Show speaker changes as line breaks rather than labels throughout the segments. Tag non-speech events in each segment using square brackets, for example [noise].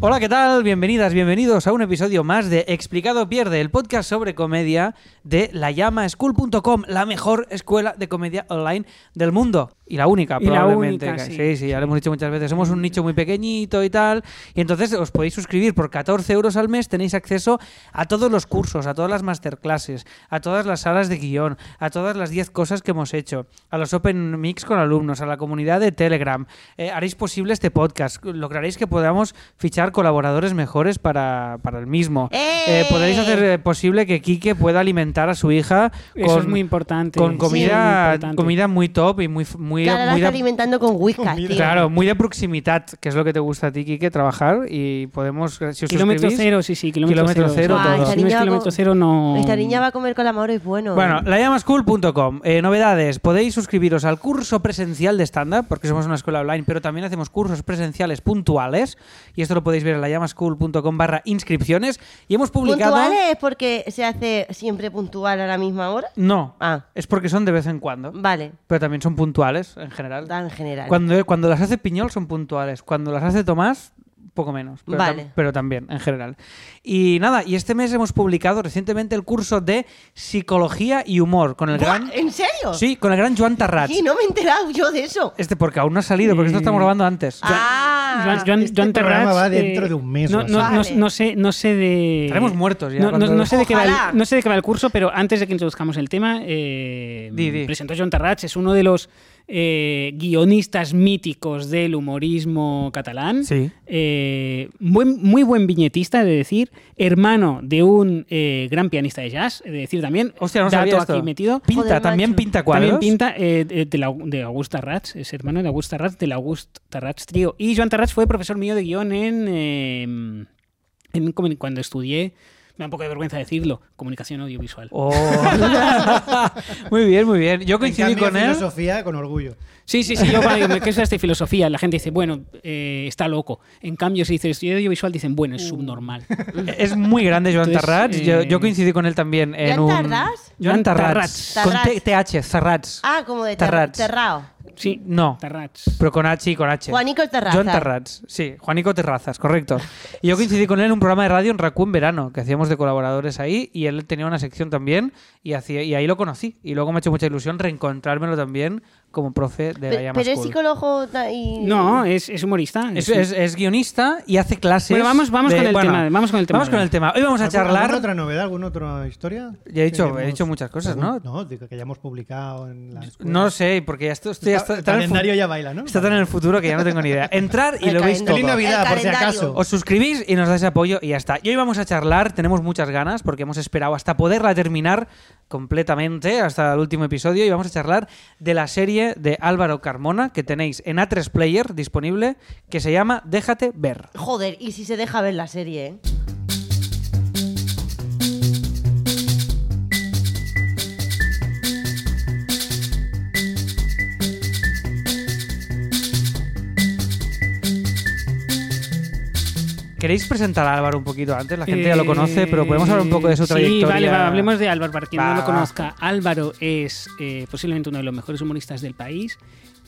Hola, ¿qué tal? Bienvenidas, bienvenidos a un episodio más de Explicado Pierde, el podcast sobre comedia de la llamaschool.com, la mejor escuela de comedia online del mundo. Y la única,
Y la
probablemente.
única,
sí.
sí.
sí, ya lo hemos dicho muchas veces. Somos un nicho muy pequeñito y tal. Y entonces os podéis suscribir por 14 euros al mes. Tenéis acceso a todos los cursos, a todas las masterclasses, a todas las salas de guión, a todas las 10 cosas que hemos hecho, a los Open Mix con alumnos, a la comunidad de Telegram. Eh, haréis posible este podcast. Lograréis que podamos fichar colaboradores mejores para, para el mismo. Eh, podréis hacer eh, posible que Quique pueda alimentar a su hija
Eso
con,
es muy importante.
con comida,
Sí, es muy importante.
comida muy top y muy, muy,
Claro, la
muy
está
de- [laughs]
alimentando con whiskas, tío.
Claro, muy de proximidad, que es lo que te gusta a ti, Quique, trabajar y podemos, eh, si os
Kilómetro
suscribís-
cero, sí, sí, kilómetro,
Kilómetro cero
Buah,
todo.
esta
Si no
niña
es
va
kilómetro
con-
cero, no.
Esta niña va a comer calamaro, es bueno.
Bueno,
¿eh?
lallamascool.com. Eh, novedades, podéis suscribiros al curso presencial de stand-up, porque somos una escuela online, pero también hacemos cursos presenciales puntuales, y esto lo podéis ver en lallamascool.com barra inscripciones, y hemos publicado...
¿Puntual es porque se hace siempre puntual a la misma hora?
No,
Ah.
es porque son de vez en cuando,
Vale,
pero también son puntuales en general.
da en general.
Cuando, eh, cuando las hace Piñol son puntuales. Cuando las hace Tomás, poco menos. Pero, tam-
Vale.
pero también, en general. Y nada, y este mes hemos publicado recientemente el curso de Psicología y Humor con el
Buah,
gran.
¿En serio?
Sí, con el gran Joan Tarrats.
Sí, no me he enterado yo de eso.
Este, porque aún no ha salido, porque esto estamos grabando antes.
ah,
Joan, Joan-
este
Joan
programa
Terrats,
va
eh,
dentro de un mes o
No,
así.
no, no-
Vale.
no sé, no sé de.
Estaremos muertos ya
No, no-
cuando-
no sé de qué va
Ojalá.
el, no sé de qué va el curso, pero antes de que introduzcamos el tema, eh,
Di, di.
presentó John Tarrats, es uno de los eh, guionistas míticos del humorismo catalán.
Sí.
Eh, buen- muy buen viñetista, he de decir, hermano de un eh, gran pianista de jazz, he de decir también.
Hostia, no
dato
sabía esto.
aquí metido.
Pinta,
Joder,
también
macho.
pinta cuadros.
También pinta eh, de, de la- de Augusta Ratz, es hermano de Augusta Ratz, del Augusta Ratz Trío. Y Joan Tarrats fue profesor mío de guión en, eh, en comu- cuando estudié, me da un poco de vergüenza decirlo, comunicación audiovisual.
Oh. [laughs] muy bien, muy bien. Yo
En
coincidí
cambio,
con él.
filosofía con orgullo.
Sí, sí, sí, yo cuando digo, ¿qué es esta filosofía? La gente dice, bueno, eh, está loco. En cambio, si dices estudié audiovisual, dicen, bueno, es subnormal.
Es muy grande Joan
Entonces,
Tarrats. Yo,
eh,
yo coincidí con él también en
¿Joan
un...
Tarrats?
Joan
Joan
Tarrats.
Tarrats.
Con
Tarrats.
T- TH, Zarrats.
ah, como de
Terrats.
Terrats. Terrao.
Sí,
No.
Tarrats.
Pero con H y con H.
Juanico Terrazas.
Joan Tarrats, sí, Juanico Terrazas, correcto. Y yo coincidí con él en un programa de radio en Raccoon Verano, que hacíamos de colaboradores ahí, y él tenía una sección también, y, hacía, y ahí lo conocí. Y luego me ha hecho mucha ilusión reencontrármelo también como profe de la
Pe-
llama
Pero es
School.
psicólogo ta- y...
No, es, es humorista.
Es,
un-
es- es guionista y hace clases.
Bueno, vamos- vamos con el tema, vamos con el tema.
Vamos con el tema. Hoy vamos a
¿Alguna-
charlar.
¿Alguna otra novedad? ¿Alguna otra historia?
Ya he dicho-
Que
he dicho muchas cosas, ¿no?
No, digo que hayamos publicado en la escuela.
No lo sé, porque ya esto, esto ya está,
el
está en el fu-
calendario ya baila, ¿no?
está tan en el futuro que ya no tengo ni idea. Entrar y
El
lo veis todo.
calendario.
Feliz Navidad,
El
por si
calendario.
acaso.
Os suscribís y nos dais apoyo y ya está. Y hoy vamos a charlar, tenemos muchas ganas porque hemos esperado hasta poderla terminar completamente, hasta el último episodio, y vamos a charlar de la serie de Álvaro Carmona que tenéis en A3 Player disponible que se llama Déjate ver.
Joder, y si se deja ver la serie, ¿eh?
¿Queréis presentar a Álvaro un poquito antes? La gente ya lo
Eh,
conoce, pero podemos hablar un poco de su trayectoria.
Sí, vale, va, hablemos de Álvaro, para quien
Va,
no
va.
lo conozca. Álvaro es eh, posiblemente uno de los mejores humoristas del país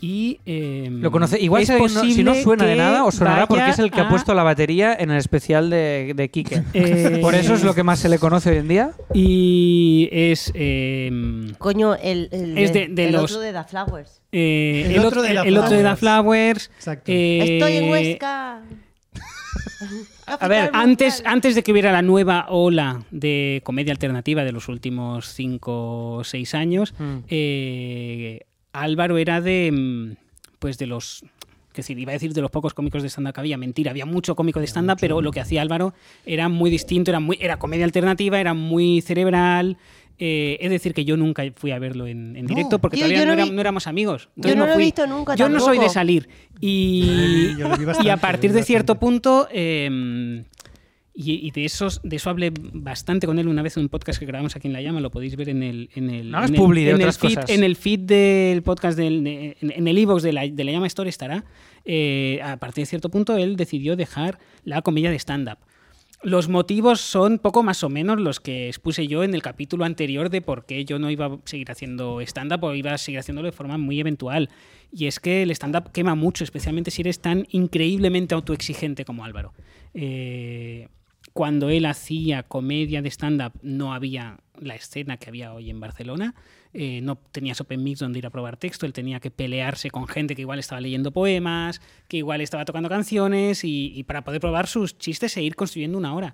y... eh,
Lo conoce. Igual
es
si, alguien no- si no
posible
suena de
que
nada, os sonará
vaya
porque es el que
a-
ha puesto la batería en el especial de, de Quique.
Eh,
[laughs] Por eso es lo que más se le conoce hoy en día.
Y es... eh,
Coño, el, el
Es de- de
el
los-
otro de The Flowers.
eh,
El otro de Da
el otro de Da
Flowers.
Flowers.
Exacto.
eh,
Estoy en Huesca.
A ver,
Antes, antes de que hubiera la nueva ola de comedia alternativa de los últimos 5 o 6 años,
Mm.
eh, Álvaro era de mm, pues de los que decir, iba a decir de los pocos cómicos de stand-up que había, mentira, había mucho cómico de stand-up, pero lo que hacía Álvaro era muy distinto, era, muy, era comedia alternativa, era muy cerebral. eh, es decir, que yo nunca fui a verlo en, en directo porque
Tío,
todavía
yo
no,
no
era-
vi-
no éramos amigos.
Yo
Entonces
no lo he
fui.
visto nunca
Yo no soy de
tampoco.
salir. Y,
Sí, yo lo vi
y
bastante,
a partir
lo vi
de cierto
bastante.
punto, eh, y, y de, esos, de eso hablé bastante con él una vez en un podcast que grabamos aquí en La Llama, lo podéis ver en el... En el
No hagas
en el-
publi de
en el
otras
feed,
cosas.
En el feed del podcast, del, de- en, en el e-box de la, de la Llama Store estará. Eh, a partir de cierto punto, él decidió dejar la comedia de stand-up. Los motivos son poco más o menos los que expuse yo en el capítulo anterior de por qué yo no iba a seguir haciendo stand-up o iba a seguir haciéndolo de forma muy eventual. Y es que el stand-up quema mucho, especialmente si eres tan increíblemente autoexigente como Álvaro. Eh, cuando él hacía comedia de stand-up no había la escena que había hoy en Barcelona, eh, no tenías open mix donde ir a probar texto, él tenía que pelearse con gente que igual estaba leyendo poemas, que igual estaba tocando canciones y, y para poder probar sus chistes e ir construyendo una hora.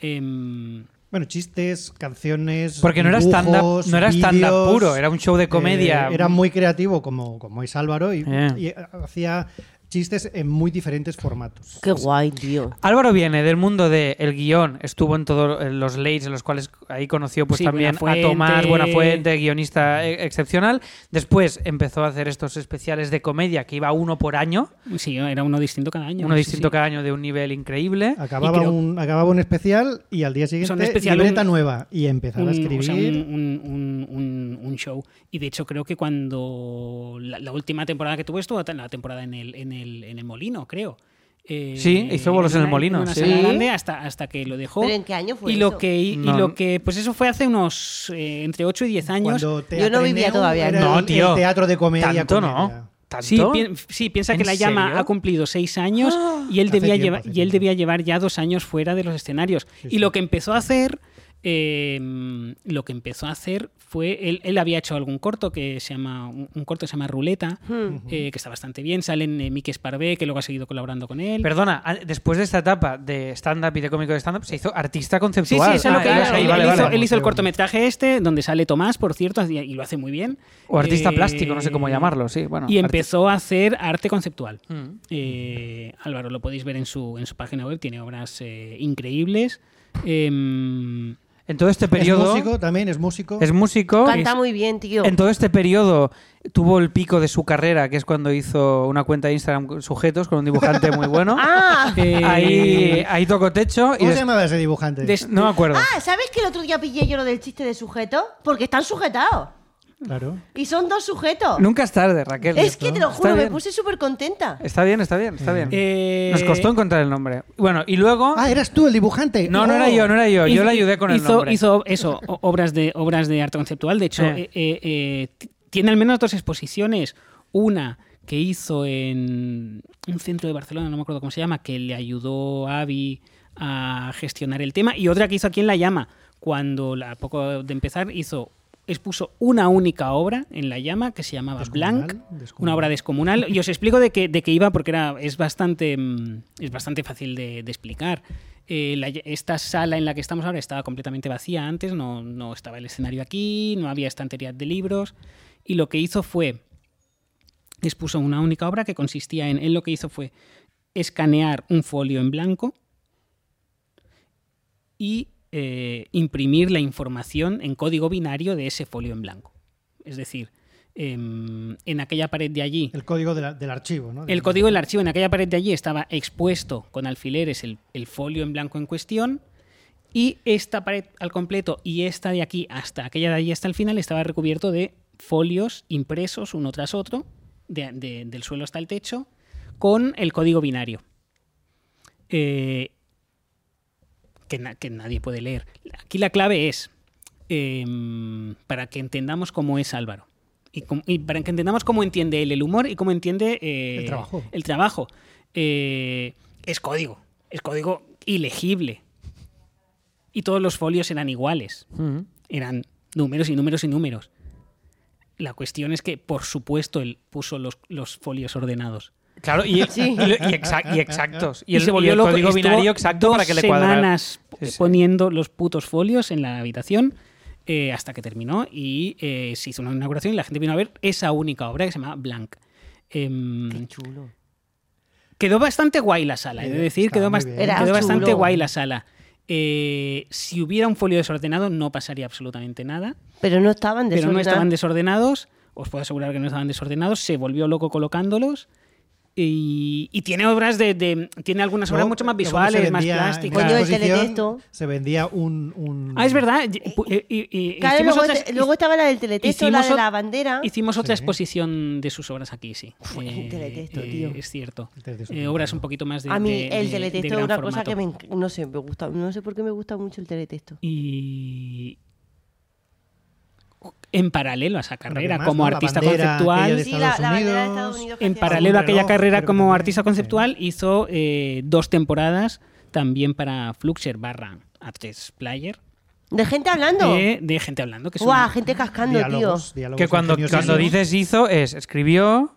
Em,
Bueno, chistes, canciones.
Porque no era
dibujos,
stand-up, no era stand-up
vídeos,
puro, era un show de comedia.
eh, era muy creativo, como, como es Álvaro, y,
Eh.
y, eh, hacía chistes en muy diferentes formatos.
Qué guay, tío.
Álvaro viene del mundo del el guión, estuvo en todos los lates en los cuales ahí conoció pues
Sí,
también a
Buenafuente.
Tomás Buenafuente, guionista eh, excepcional. Después empezó a hacer estos especiales de comedia que iba uno por año,
sí, era uno distinto cada año.
uno
sí,
distinto
sí.
cada año de un nivel increíble.
Acababa,
creo-
un, acababa un especial y al día siguiente
especial,
libreta
un-
nueva y empezaba a
Un-
escribir.
o sea, un, un- un- un- un show. Y de hecho creo que cuando la, la última temporada que tuvo estuvo la temporada en el, en el, en el Molino, creo. Eh,
Sí, hizo bolos en el
una-
Molino,
una
sí.
sala
¿Sí?
grande hasta, hasta que lo dejó.
¿Pero en qué año fue
y lo
eso?
que y
No.
lo que pues eso fue hace unos eh, entre 8 y 10 años
Cuando
Yo no vivía
Teatreneo
todavía
era
aquí.
No,
el-
tío.
el teatro de comedia.
Tanto
comedia.
no. ¿Tanto?
Sí, pi- sí, piensa que
¿En
la llama
serio?
ha cumplido seis
[gasps]
años y él
Hace
debía
tiempo,
llevar
hace
y él
tiempo.
debía llevar ya dos años fuera de los escenarios.
Sí,
y
sí.
lo que empezó a hacer, eh, lo que empezó a hacer fue él, él había hecho algún corto que se llama un un corto que se llama Ruleta,
Hmm.
eh, que está bastante bien. Salen eh, Mike Sparvé que luego ha seguido colaborando con él.
Perdona, a- después de esta etapa de stand-up y de cómico de stand-up, se hizo artista
Sí,
conceptual.
sí, eso es lo
Ah,
que
ibas
hizo.
ahí,
él,
vale,
hizo,
vale.
él hizo el
Qué bueno.
cortometraje este, donde sale Tomás, por cierto, hacía- y lo hace muy bien.
O artista
Eh,
plástico, no sé cómo llamarlo, sí. Bueno,
Y
arti-
empezó a hacer arte conceptual.
Mm.
Eh, Álvaro, lo podéis ver en su, en su página web, tiene obras eh, increíbles.
[laughs]
Em,
En todo este
Es
periodo...
músico también, es músico.
Es músico.
Canta muy bien, tío.
En todo este periodo tuvo el pico de su carrera, que es cuando hizo una cuenta de Instagram con sujetos con un dibujante muy bueno.
[laughs] Ah,
eh,
ahí, ahí tocó techo y
¿Cómo
des-
se llamaba ese dibujante?
des-
no me acuerdo.
ah, ¿sabes que el otro día pillé yo lo del chiste de sujeto? Porque están sujetados.
Claro.
Y son dos sujetos.
Nunca es tarde, Raquel.
es que te lo
Está
juro, me
bien.
puse súper contenta.
Está bien, está bien, está bien.
eh,
Nos costó encontrar el nombre. Bueno, y luego.
Ah, eras tú el dibujante. Oh.
no, no era yo, no era yo. Yo le ayudé con el
eh, oh. hizo-
nombre.
Hizo eso, o- obras de, obras de arte conceptual. De hecho,
Eh.
eh, eh, eh, t- tiene al menos dos exposiciones. Una que hizo en un centro de Barcelona, no me acuerdo cómo se llama, que le ayudó a Avi a gestionar el tema. Y otra que hizo aquí en La Llama, cuando la- a poco de empezar hizo expuso una única obra en La Llama que se llamaba
Descomunal,
Blanc, una
descomunal.
obra descomunal. Y os explico de qué, de qué iba porque era, es, bastante, mm, es bastante fácil de, de explicar. Eh, la- esta sala en la que estamos ahora estaba completamente vacía antes, no, no estaba el escenario aquí, no había estantería de libros. Y lo que hizo fue, expuso una única obra que consistía en, él lo que hizo fue escanear un folio en blanco y eh, imprimir la información en código binario de ese folio en blanco. Es decir, em, en aquella pared de allí
El código de la- del archivo, ¿no?
el código del archivo en aquella pared de allí estaba expuesto con alfileres el, el folio en blanco en cuestión y esta pared al completo y esta de aquí hasta aquella de allí hasta el final estaba recubierto de folios impresos uno tras otro de- de- del suelo hasta el techo con el código binario. Eh, que, na- que nadie puede leer. Aquí la clave es, em, para que entendamos cómo es Álvaro. Y, com- y para que entendamos cómo entiende él el humor y cómo entiende eh,
El trabajo.
el trabajo. Eh, es código, es código ilegible. Y todos los folios eran iguales
Mm.
eran números y números y números. La cuestión es que, por supuesto, él puso los, los folios ordenados.
Claro, y,
Sí.
y lo- y exa- y exactos. Y, el,
se
y
volvió
el
loco.
código
Estuvo
binario exacto
dos
para que le cuadrara.
semanas
Sí, sí.
poniendo los putos folios en la habitación eh, hasta que terminó y eh, se hizo una inauguración y la gente vino a ver esa única obra que se llama Blanc. Em,
chulo.
Quedó bastante guay la sala, he de
Eh,
decir,
estaba
quedó,
muy
bast-
bien.
Era
quedó
chulo.
bastante guay la sala. Eh, si hubiera un folio desordenado no pasaría absolutamente nada.
Pero no estaban de
pero no estaban desordenados. Os puedo asegurar que no estaban desordenados. Se volvió loco colocándolos Y, y tiene obras de, de- Tiene algunas obras
Luego, eh,
mucho más
luego se
visuales, más
vendía en
plásticas.
la
Coño, el
exposición,
teletexto.
Se vendía un. un-
Ah, es verdad. y- y- y- y-
Claro,
hicimos
eh, luego,
otras-
te- luego estaba la del teletexto, la
hicimos
de
ot-
la bandera.
Hicimos otra
Sí.
exposición de sus obras aquí, sí. Eh,
el teletexto, tío.
Es cierto.
El teletexto,
Eh,
tío.
obras un poquito más de.
a mí
de- de-
el
de
teletexto
gran
es una cosa
formato.
que me, enc- no sé, me gusta, no sé por qué me gusta mucho el teletexto.
Y. En paralelo a esa
Bueno,
carrera,
¿qué más,
como
no? La
artista
bandera
conceptual.
aquella de
Sí, la- la bandera de Estados Unidos.
En
Algún
paralelo a aquella
reloj,
carrera
creo que
como
también.
artista conceptual, hizo eh, dos temporadas también para Fluxer barra Artes Player
De gente hablando.
de, de gente hablando. Que es
Guau,
una-
gente cascando,
Diálogos,
tío.
diálogos
Que cuando,
ingeniosos.
cuando dices hizo es escribió,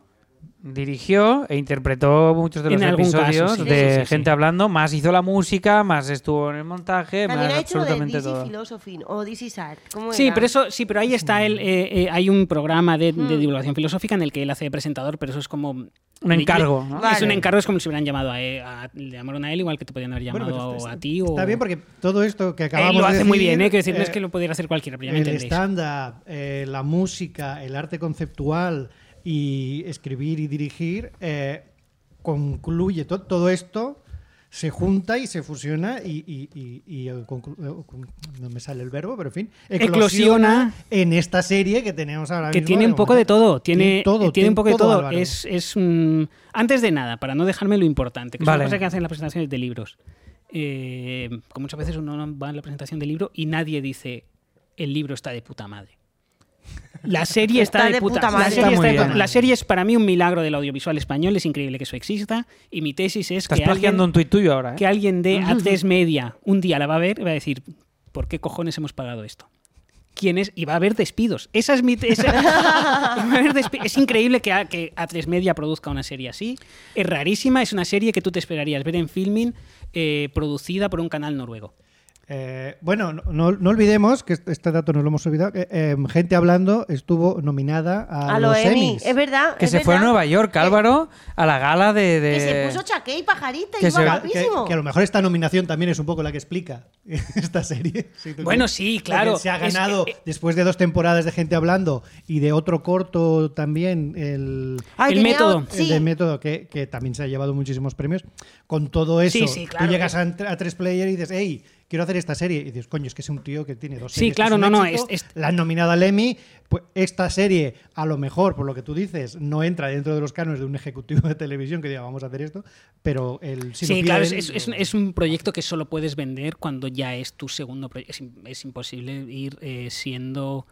dirigió e interpretó muchos de los
En algún caso,
episodios
sí,
de
sí, sí, sí.
gente hablando, más hizo la música, más estuvo en el montaje,
También
más
ha hecho lo de
absolutamente
This is
todo.
Philosophy o This is Art. ¿Cómo
Sí,
era?
pero eso, sí, pero ahí está el, eh, eh, hay un programa de, de
Hmm.
divulgación filosófica en el que él hace de presentador, pero eso es como
Un encargo, ¿no?
Es
Vale.
un encargo, es como si hubieran llamado a, él- a- le llamaron a él igual que te podían haber
Bueno,
llamado
pero está-
a ti o
Está bien porque todo esto que acabamos
él lo
de
hace muy
decir,
bien, ¿eh? Quiero decir, no es
eh,
que lo pudiera hacer cualquiera, pero ya me
el
entendéis.
stand-up, eh, la música, el arte conceptual y escribir y dirigir, eh, concluye to- todo esto, se junta y se fusiona y, y- y- y, eh, conclu- eh, con- no me sale el verbo, pero en fin,
Eclosiona.
en esta serie que tenemos ahora
que
mismo
tiene un poco de todo, tiene, eh,
todo,
tiene,
tiene
un poco de
todo,
todo.
Álvaro.
Es, es un- antes de nada, para no dejarme lo importante, que es
Vale.
una cosa que hacen en las presentaciones de libros. Eh, que muchas veces uno va a la presentación de libro y nadie dice el libro está de puta madre. La serie está, de, puta, madre. La
Está
serie, está
muy
de
bien.
puta- la serie es para mí un milagro del audiovisual español, es increíble que eso exista y mi tesis es
Estás
que alguien,
plagiando un tuit tuyo ahora, ¿eh?
que alguien de A3 Media un día la va a ver y va a decir, ¿por qué cojones hemos pagado esto? ¿Quién es? Y va a haber despidos. Esa es mi... esa- [laughs] va a haber despi- es increíble que, A- que A3 Media produzca una serie así. Es rarísima, es una serie que tú te esperarías ver en filming eh, producida por un canal noruego.
Eh, bueno, no, no- no olvidemos que este este dato nos lo hemos olvidado. que, eh, gente hablando estuvo nominada a,
A lo
los
Emmy.
Emmys.
Es verdad.
Que
es
se fue a
verdad. Eh,
Nueva York, Álvaro, a la gala de... de-
Que se puso chaqué y pajarita
que
y
se-
iba
que-
que,
guapísimo.
que a lo mejor esta nominación también es un poco la que explica [laughs] esta serie. Si tú
Bueno,
quieres.
sí, claro.
Porque Se ha
Es-
ganado
eh, eh.
después de dos temporadas de gente hablando y de otro corto también el,
Ay,
Ah, El
tenía-
método.
el
Sí.
de método que, que también se ha llevado muchísimos premios. Con todo eso,
Sí, sí, claro.
tú llegas a, a tres player y dices, hey, quiero hacer esta serie. Y dices, coño, es que es un tío que tiene dos
Sí,
series. que
claro,
es un
no, no,
éxito,
es- es-
La han nominado al Emmy, pues esta serie, a lo mejor, por lo que tú dices, no entra dentro de los cánones de un ejecutivo de televisión que diga, vamos a hacer esto, pero el si lo eh,
sí,
pide
claro,
él,
es, es- es un- es un proyecto que solo puedes vender cuando ya es tu segundo proyecto. Es, im- es imposible ir eh, siendo...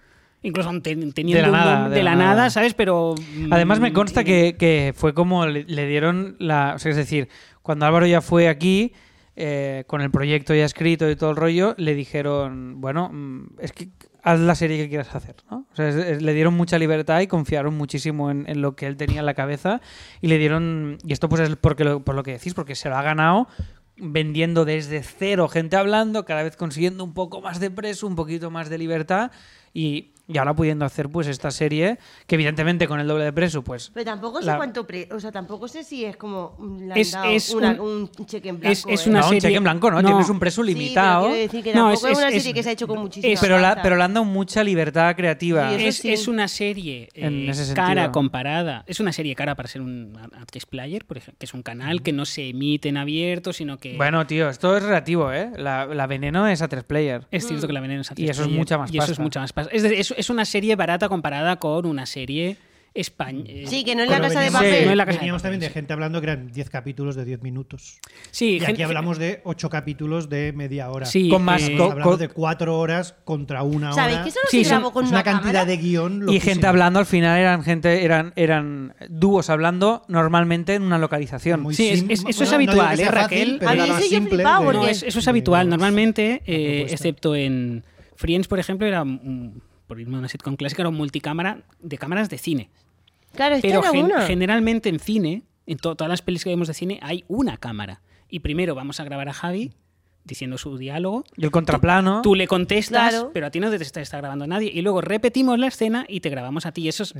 Incluso aun ten- teniendo un
nada,
nombre-
de
de
la
la nada,
nada.
¿sabes? Pero...
Además me
mm,
consta que, que fue como le, le dieron la... O sea, es decir, cuando Álvaro ya fue aquí, eh, con el proyecto ya escrito y todo el rollo, le dijeron, bueno, mm, es que haz la serie que quieras hacer, ¿no? O sea, es- es- le dieron mucha libertad y confiaron muchísimo en, en lo que él tenía en la cabeza y le dieron... Y esto pues es porque lo- por lo que decís, porque se lo ha ganado vendiendo desde cero gente hablando, cada vez consiguiendo un poco más de preso, un poquito más de libertad y, y ahora pudiendo hacer pues esta serie que evidentemente con el doble de preso pues
Pero tampoco sé
La-
cuánto. pre- O sea, tampoco sé si es como. mm, Le han
Es-
dado
es
una-
un-
un, cheque en blanco.
es- es
¿eh?
una
no, un
serie-
cheque en blanco, ¿no?
no.
Tienes un preso
Sí, pero
limitado. Eh,
quiero decir que
No,
tampoco
es-
es, una
es-
serie que se ha hecho con muchísima
es-
pero, la,
pasta.
pero le han dado mucha libertad creativa.
Sí, eso
es,
Ah, sí.
es una serie eh,
En ese
cara
sentido.
comparada. Es una serie cara para ser un Artist Player, por ejemplo, que es un canal que no se emite en abierto, sino que.
Eh, Bueno, tío, esto es relativo, ¿eh? La, la veneno es a tres player.
es cierto que la venden en Artist
Y eso es
Player,
mucha más
y eso es
pasta.
mucha más pasta. Es, decir, es- es una serie barata comparada con una serie española. Eh,
Sí, que no es la
Pero
casa de
veníamos-
Sí,
papel.
no es la casa de
veníamos
papel,
también de
sí.
gente hablando que eran 10 capítulos de 10 minutos.
Sí,
Y
gente-
aquí hablamos de 8 capítulos de media hora.
sí,
Con más
eh,
co-
Hablamos de 4 horas contra una hora.
¿Sabéis que eso no
Sí,
se
son-
grabó con
es una,
cámara?
cantidad de guión
Y
loquísima.
gente hablando, al final eran gente, eran, eran dúos hablando normalmente en una localización.
Muy
Sí, es-
sim-
es- eso es
digo que
habitual,
sea
¿eh, Raquel?
pero
A mí
nada
sí yo he
simple
flipado,
de-
porque-
No, es- eso es habitual.
de-
Normalmente, eh,
propuesta.
excepto en Friends, por ejemplo, era, un- por irme a una sitcom clásica, era un multicámara de cámaras de cine.
Claro, esta
Pero
era
gen-
una.
generalmente en cine, en to- todas las pelis que vemos de cine, hay una cámara. Y primero vamos a grabar a Javi diciendo su diálogo.
Y el contraplano.
Tú le contestas,
Claro.
pero a ti no te está, está grabando nadie. Y luego repetimos la escena y te grabamos a ti. Eso es,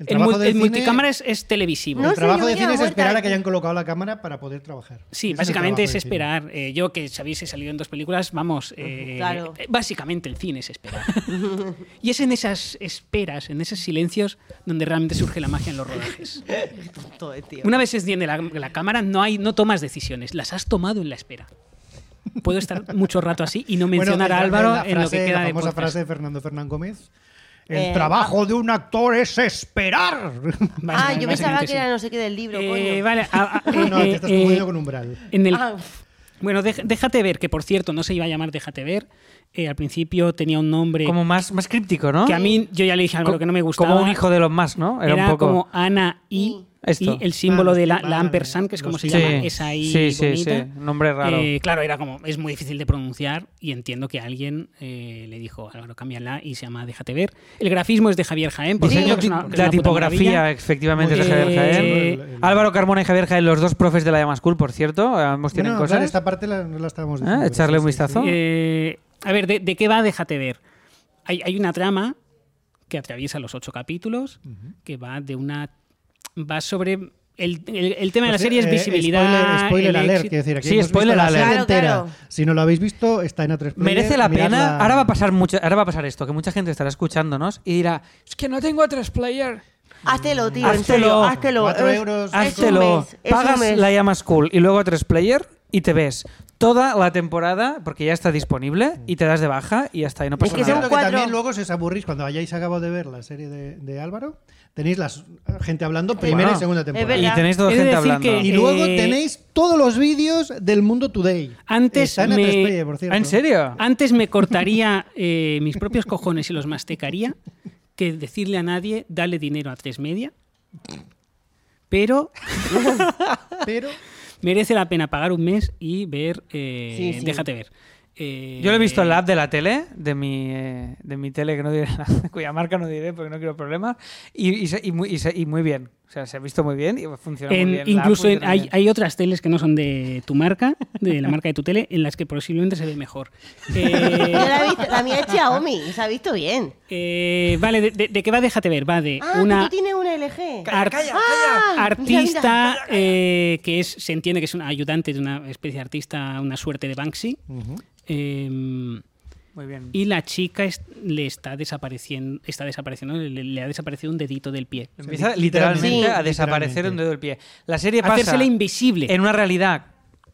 El
El,
trabajo
mul-
del
el
cine-
multicámara es, es televisivo.
El
No sé,
trabajo
yo
de
ya
cine es
muerta.
esperar a que hayan colocado la cámara para poder trabajar. Ese
Sí,
el
básicamente es
trabajo del cine.
esperar. Eh, yo que sabéis he salido en dos películas, vamos, eh,
Claro.
eh, básicamente el cine es
[laughs]
esperar. [laughs] y es en esas esperas, en esos silencios, donde realmente surge la magia en los
[laughs]
rodajes.
Tonto, eh, tío.
Una vez se enciende la, la cámara, no hay, no tomas decisiones, las has tomado en la espera. Puedo estar mucho rato así y no
Bueno,
mencionar a
la-
Álvaro
la
en lo
frase-
que queda
La
de
famosa
podcast.
frase de Fernando Fernán Gómez. El
Eh,
trabajo de un actor es esperar.
[laughs]
Ah,
Básicamente,
yo pensaba
básicamente
que era no sé qué del libro,
sí. Eh,
coño.
vale, ah, ah,
[laughs] no, te
eh,
estás
eh,
confundiendo con Umbral.
en el-
Ah,
Bueno, dej- déjate ver, que por cierto no se iba a llamar Déjate ver. Eh, al principio tenía un nombre
Como más, más críptico, ¿no?
que a mí yo ya le dije algo
¿Ah? Co-
que no me gustaba.
Como un hijo de los más, ¿no? Era,
era
un poco.
como Ana y,
Esto.
y el símbolo
Ah,
de la,
vale,
la ampersand, que es como
los
se
sí,
llama esa ahí
sí, sí,
bonita.
sí. Nombre raro.
Eh, claro, era como, es muy difícil de pronunciar y entiendo que alguien eh, le dijo, Álvaro, cámbiala y se llama Déjate ver. El grafismo es de Javier Jaén, por
Diseño
cierto, que es una- que es
la
una puta maravilla.
tipografía, efectivamente, de
Muy
Javier
bien.
Jaén.
Eh,
El- el-
Álvaro Carmona y Javier Jaén, los dos profes de la Llamas Cool, por cierto. Ambos tienen
Bueno,
cosas.
claro, esta parte la, no la estábamos
Ah,
diciendo.
echarle
sí,
un
sí,
vistazo.
sí.
Eh, a ver, ¿de, de qué va Déjate ver? Hay, hay una trama que atraviesa los ocho capítulos, que va de una... va sobre... El, el- el tema de la
Pues,
serie es
eh,
visibilidad.
Spoiler, spoiler
el
alert,
éxito-
quiero decir. Aquí
Sí,
hemos visto
spoiler
la
alert.
serie
Claro,
entera.
claro.
Si no lo habéis visto, está en A3 Player.
Merece la
miradla.
pena. Ahora va a pasar mucho, ahora va a pasar esto, que mucha gente estará escuchándonos y dirá, es que no tengo a tres player.
Háztelo, tío,
Háztelo.
en serio, háztelo.
Cuatro
Es-
euros.
es un
Háztelo.
mes, es un
Pagas
mes.
la llamas cool y luego a tres player y te ves toda la temporada porque ya está disponible y te das de baja y hasta ahí no pasa
que
nada.
son
Siento que
cuatro.
también luego si os aburrís cuando hayáis acabado de ver la serie de, de Álvaro, tenéis la gente hablando primera
Bueno.
y segunda temporada.
verdad.
Y tenéis toda
He de
gente
decir
hablando.
que-
Y luego
Eh,
tenéis todos los vídeos del mundo today.
Antes
Está en
me-
A3 Player, por cierto.
Ah, ¿En serio?
Antes me cortaría eh, mis propios cojones y los masticaría que decirle a nadie, dale dinero a tres media. Pero
Pero
merece la pena pagar un mes y ver. eh,
Sí, sí.
Déjate ver. Eh,
Yo lo he visto en la app de la tele, de mi, eh, de mi tele, que no diré, [laughs] cuya marca no diré porque no quiero problemas, y, y se- y muy, y se- y muy bien. O sea, se ha visto muy bien y funciona
en-
muy bien. la app
incluso en-
funciona
hay,
bien.
hay otras teles que no son de tu marca, de la marca de tu tele, en las que posiblemente se ve
[laughs]
mejor. Eh,
Yo la, he visto- la mía es Xiaomi, y se ha visto bien.
eh, vale, de, de- de qué va? Déjate ver. Va de
Ah, que
Eh, una.
tú tienes una LG.
art-
Ah, mira,
artista
mira.
eh, que es, se entiende que es un ayudante de una especie de artista, una suerte de Banksy. Eh,
Muy bien.
y la chica es- le está desapareciendo, está desapareciendo le, le ha desaparecido un dedito del pie.
Empieza
Sí,
literalmente
literalmente.
a desaparecer un dedo del pie. La serie pasa
Hacérsele invisible.
en una realidad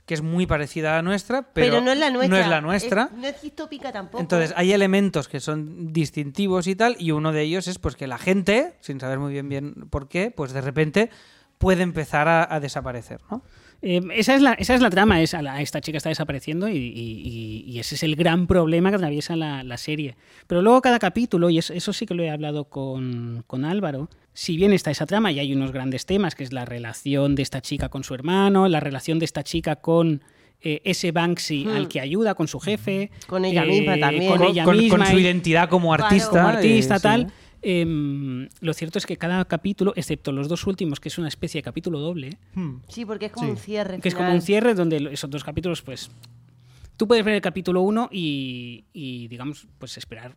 que es muy parecida a la nuestra, pero,
Pero, no es la nuestra.
no es la nuestra.
Es- no es distópica tampoco.
Entonces, hay elementos que son distintivos y tal, y uno de ellos es pues que la gente, sin saber muy bien bien por qué, pues de repente puede empezar a, a desaparecer, ¿no?
Eh, esa, es la, esa es la trama, es a la- esta chica está desapareciendo y, y- y- y ese es el gran problema que atraviesa la, la serie. Pero luego cada capítulo, y es- eso sí que lo he hablado con, con Álvaro, si bien está esa trama y hay unos grandes temas, que es la relación de esta chica con su hermano, la relación de esta chica con... eh, ese Banksy
Hmm. Mm.
al que ayuda con su jefe. eh,
Con ella misma también.
Con,
Con-
ella
con
misma
su
y-
identidad como
Claro.
artista.
como artista,
eh, sí.
tal. Em, lo cierto es que cada capítulo, excepto los dos últimos, que es una especie de capítulo doble,
hmm,
Sí, porque es como
Sí.
un cierre.
que es como
final.
un cierre donde lo- esos dos capítulos, pues. Tú puedes ver el capítulo 1 y, y, digamos, pues esperar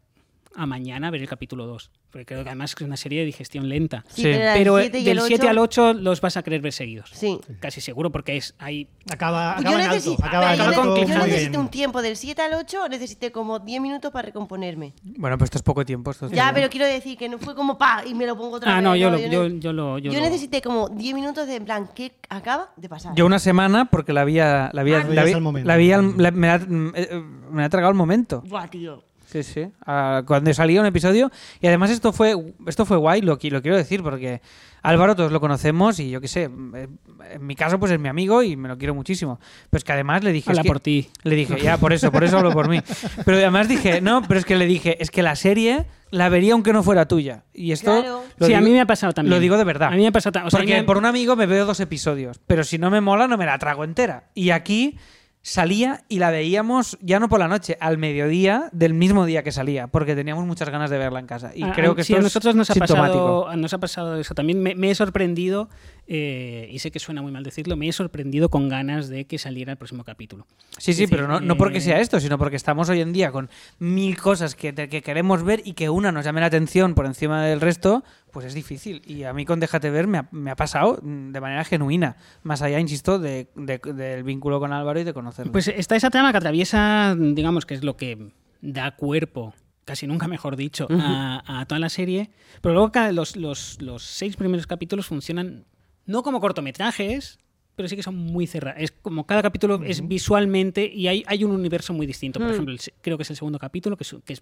a mañana a ver el capítulo 2. Porque creo que además es una serie de digestión lenta.
Sí.
Sí, pero,
Pero
el
eh,
siete y
del
el
7 al
ocho-
8 los vas a querer ver seguidos.
Sí.
Casi seguro, porque es hay
acaba,
Yo
acaba en alto.
necesito-
Acaba en
pero yo
alto.
con
ne-
muy
Yo
cliffhanger.
bien.
necesité un tiempo del 7 al 8, necesité como 10 minutos para recomponerme.
Bueno, pero esto es poco tiempo. esto es
Ya,
poco
pero quiero decir que no fue como pa y me lo pongo otra
Ah,
vez.
no, yo, lo,
ne-
yo, yo lo. Yo,
yo
lo-
necesité como 10 minutos de en plan, ¿qué acaba de pasar?
Yo una semana porque la había. La había,
Ah,
la
veías
vi-
al momento.
la vi al- la- me, ha, mm, eh, eh, me ha tragado el momento.
Buah, tío.
Sí, sí. Ah, cuando salía un episodio. Y además esto fue esto fue guay, lo, qui- lo quiero decir, porque Álvaro todos lo conocemos y yo qué sé. eh, En mi caso, pues es mi amigo y me lo quiero muchísimo. Pero es que además le dije. es
Habla
que-
por ti.
Le dije, ya, por eso, por eso hablo por
[laughs]
mí. Pero además dije, no, pero es que le dije, es que la serie la vería aunque no fuera tuya. Y esto.
Claro.
lo
sí, a
digo-
mí me ha pasado también.
Lo digo de verdad.
A mí me ha pasado
[laughs]
ta- o sea, a mí
Porque
me-
por un amigo me veo dos episodios, pero si no me mola no me la trago entera. Y aquí salía y la veíamos ya no por la noche, al mediodía del mismo día que salía, porque teníamos muchas ganas de verla en casa. Y
A-
creo
a-
que
Ah, sí,
esto
a
es
nosotros nos ha,
sintomático.
pasado, a- nos ha pasado eso. También me, me he sorprendido eh, y sé que suena muy mal decirlo, me he sorprendido con ganas de que saliera el próximo capítulo.
Sí,
Es
sí,
decir,
pero no, no porque
eh,
sea esto, sino porque estamos hoy en día con mil cosas que, te- que queremos ver y que una nos llame la atención por encima del resto, pues es difícil. Y a mí con Déjate Ver me ha, me ha pasado mm, de manera genuina, más allá, insisto, de- de- del vínculo con Álvaro y de conocerlo.
Pues está esa trama que atraviesa, digamos, que es lo que da cuerpo, casi nunca mejor dicho, a, a toda la serie. Pero luego cada- los, los- los seis primeros capítulos funcionan no como cortometrajes, pero sí que son muy cerrados. Es como cada capítulo es visualmente y hay, hay un universo muy distinto.
Mm.
Por ejemplo, el se- creo que es el segundo capítulo, que es, que es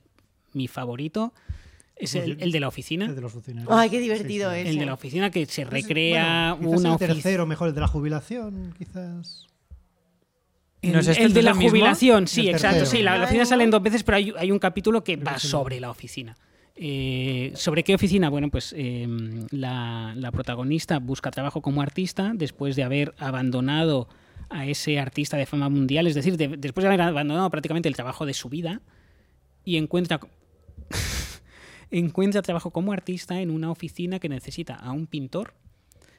mi favorito. Es
Pues
el,
yo-
el de la oficina.
El de los funcionarios.
Ay, qué divertido
Sí, sí.
es.
El de la oficina que se
Ese,
recrea
bueno, quizás
una
el
oficina.
tercero, mejor el de la jubilación, quizás.
El,
¿No es este
el de
el
la
mismo?
jubilación, sí,
El
exacto.
tercero.
Sí, la, la oficina
Claro.
salen dos veces, pero hay, hay un capítulo que
Creo
va
que sí.
sobre la oficina. Eh, ¿Sobre qué oficina? Bueno, pues eh, la, la protagonista busca trabajo como artista después de haber abandonado a ese artista de fama mundial, es decir, de- después de haber abandonado prácticamente el trabajo de su vida y encuentra [laughs] encuentra trabajo como artista en una oficina que necesita a un pintor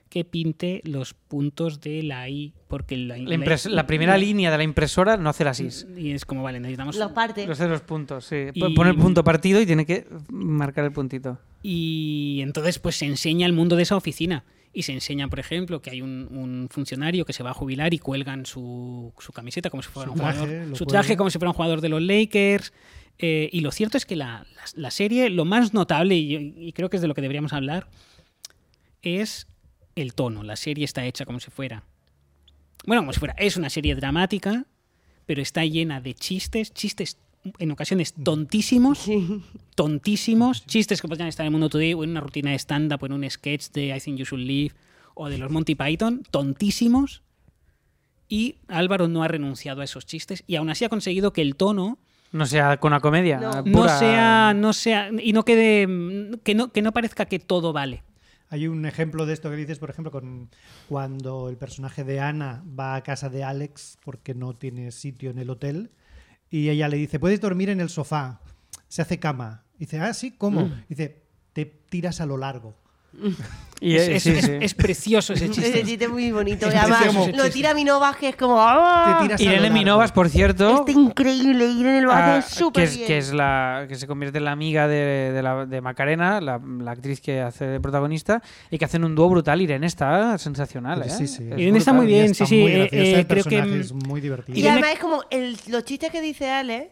que pinte los puntos de la I, porque la,
la, impres- la primera línea de la impresora no hace las is.
y es como, vale, necesitamos...
Los partes. [laughs]
Los de los puntos, sí.
Y-
Pone el punto partido y tiene que marcar el puntito.
Y entonces pues se enseña el mundo de esa oficina. Y se enseña, por ejemplo, que hay un, un funcionario que se va a jubilar y cuelgan su, su camiseta como si fuera
Su
un
traje,
jugador.
lo
Su traje
cuelgan.
como si fuera un jugador de los Lakers. Eh, y lo cierto es que la, la- la serie, lo más notable, y, yo- y creo que es de lo que deberíamos hablar, es el tono. La serie está hecha como si fuera. Bueno, como si fuera. Es una serie dramática, pero está llena de chistes, chistes en ocasiones tontísimos
Sí.
tontísimos, chistes que podrían estar en el mundo today o en una rutina de stand-up o en un sketch de I Think You Should Leave o de los Monty Python, tontísimos. Y Álvaro no ha renunciado a esos chistes y aún así ha conseguido que el tono
No sea con una comedia.
No.
no
pura.
sea, no sea, y no quede, mm, que no, que no parezca que todo vale.
Hay un ejemplo de esto que dices, por ejemplo, con cuando el personaje de Ana va a casa de Alex porque no tiene sitio en el hotel y ella le dice, puedes dormir en el sofá, se hace cama. Dice, ah, sí, ¿cómo?
Mm.
Dice, te tiras a lo largo.
Y,
es,
eh,
es-
sí,
es-
sí.
es precioso
[laughs]
ese
Ese
chiste.
chiste es muy bonito.
Es
Este
y además,
precioso.
lo tira Minova, que es como. ¡ah!
Te tiras a lo
Irene
largo.
Minovas, por cierto.
Este
Está increíble. Irene lo
ah,
hace
que,
súper
es,
bien.
que es la que se convierte en la amiga de, de la- de Macarena, la, la actriz que hace de protagonista, y que hacen un dúo brutal. Irene está sensacional, ¿eh?
Sí, sí.
Es
Irene está
brutal.
muy bien,
Está
sí, sí,
muy
eh,
gracioso
eh,
el
creo que,
personaje,
mm,
es muy divertido.
Y
Irene-
además es como el- los chistes que dice Ale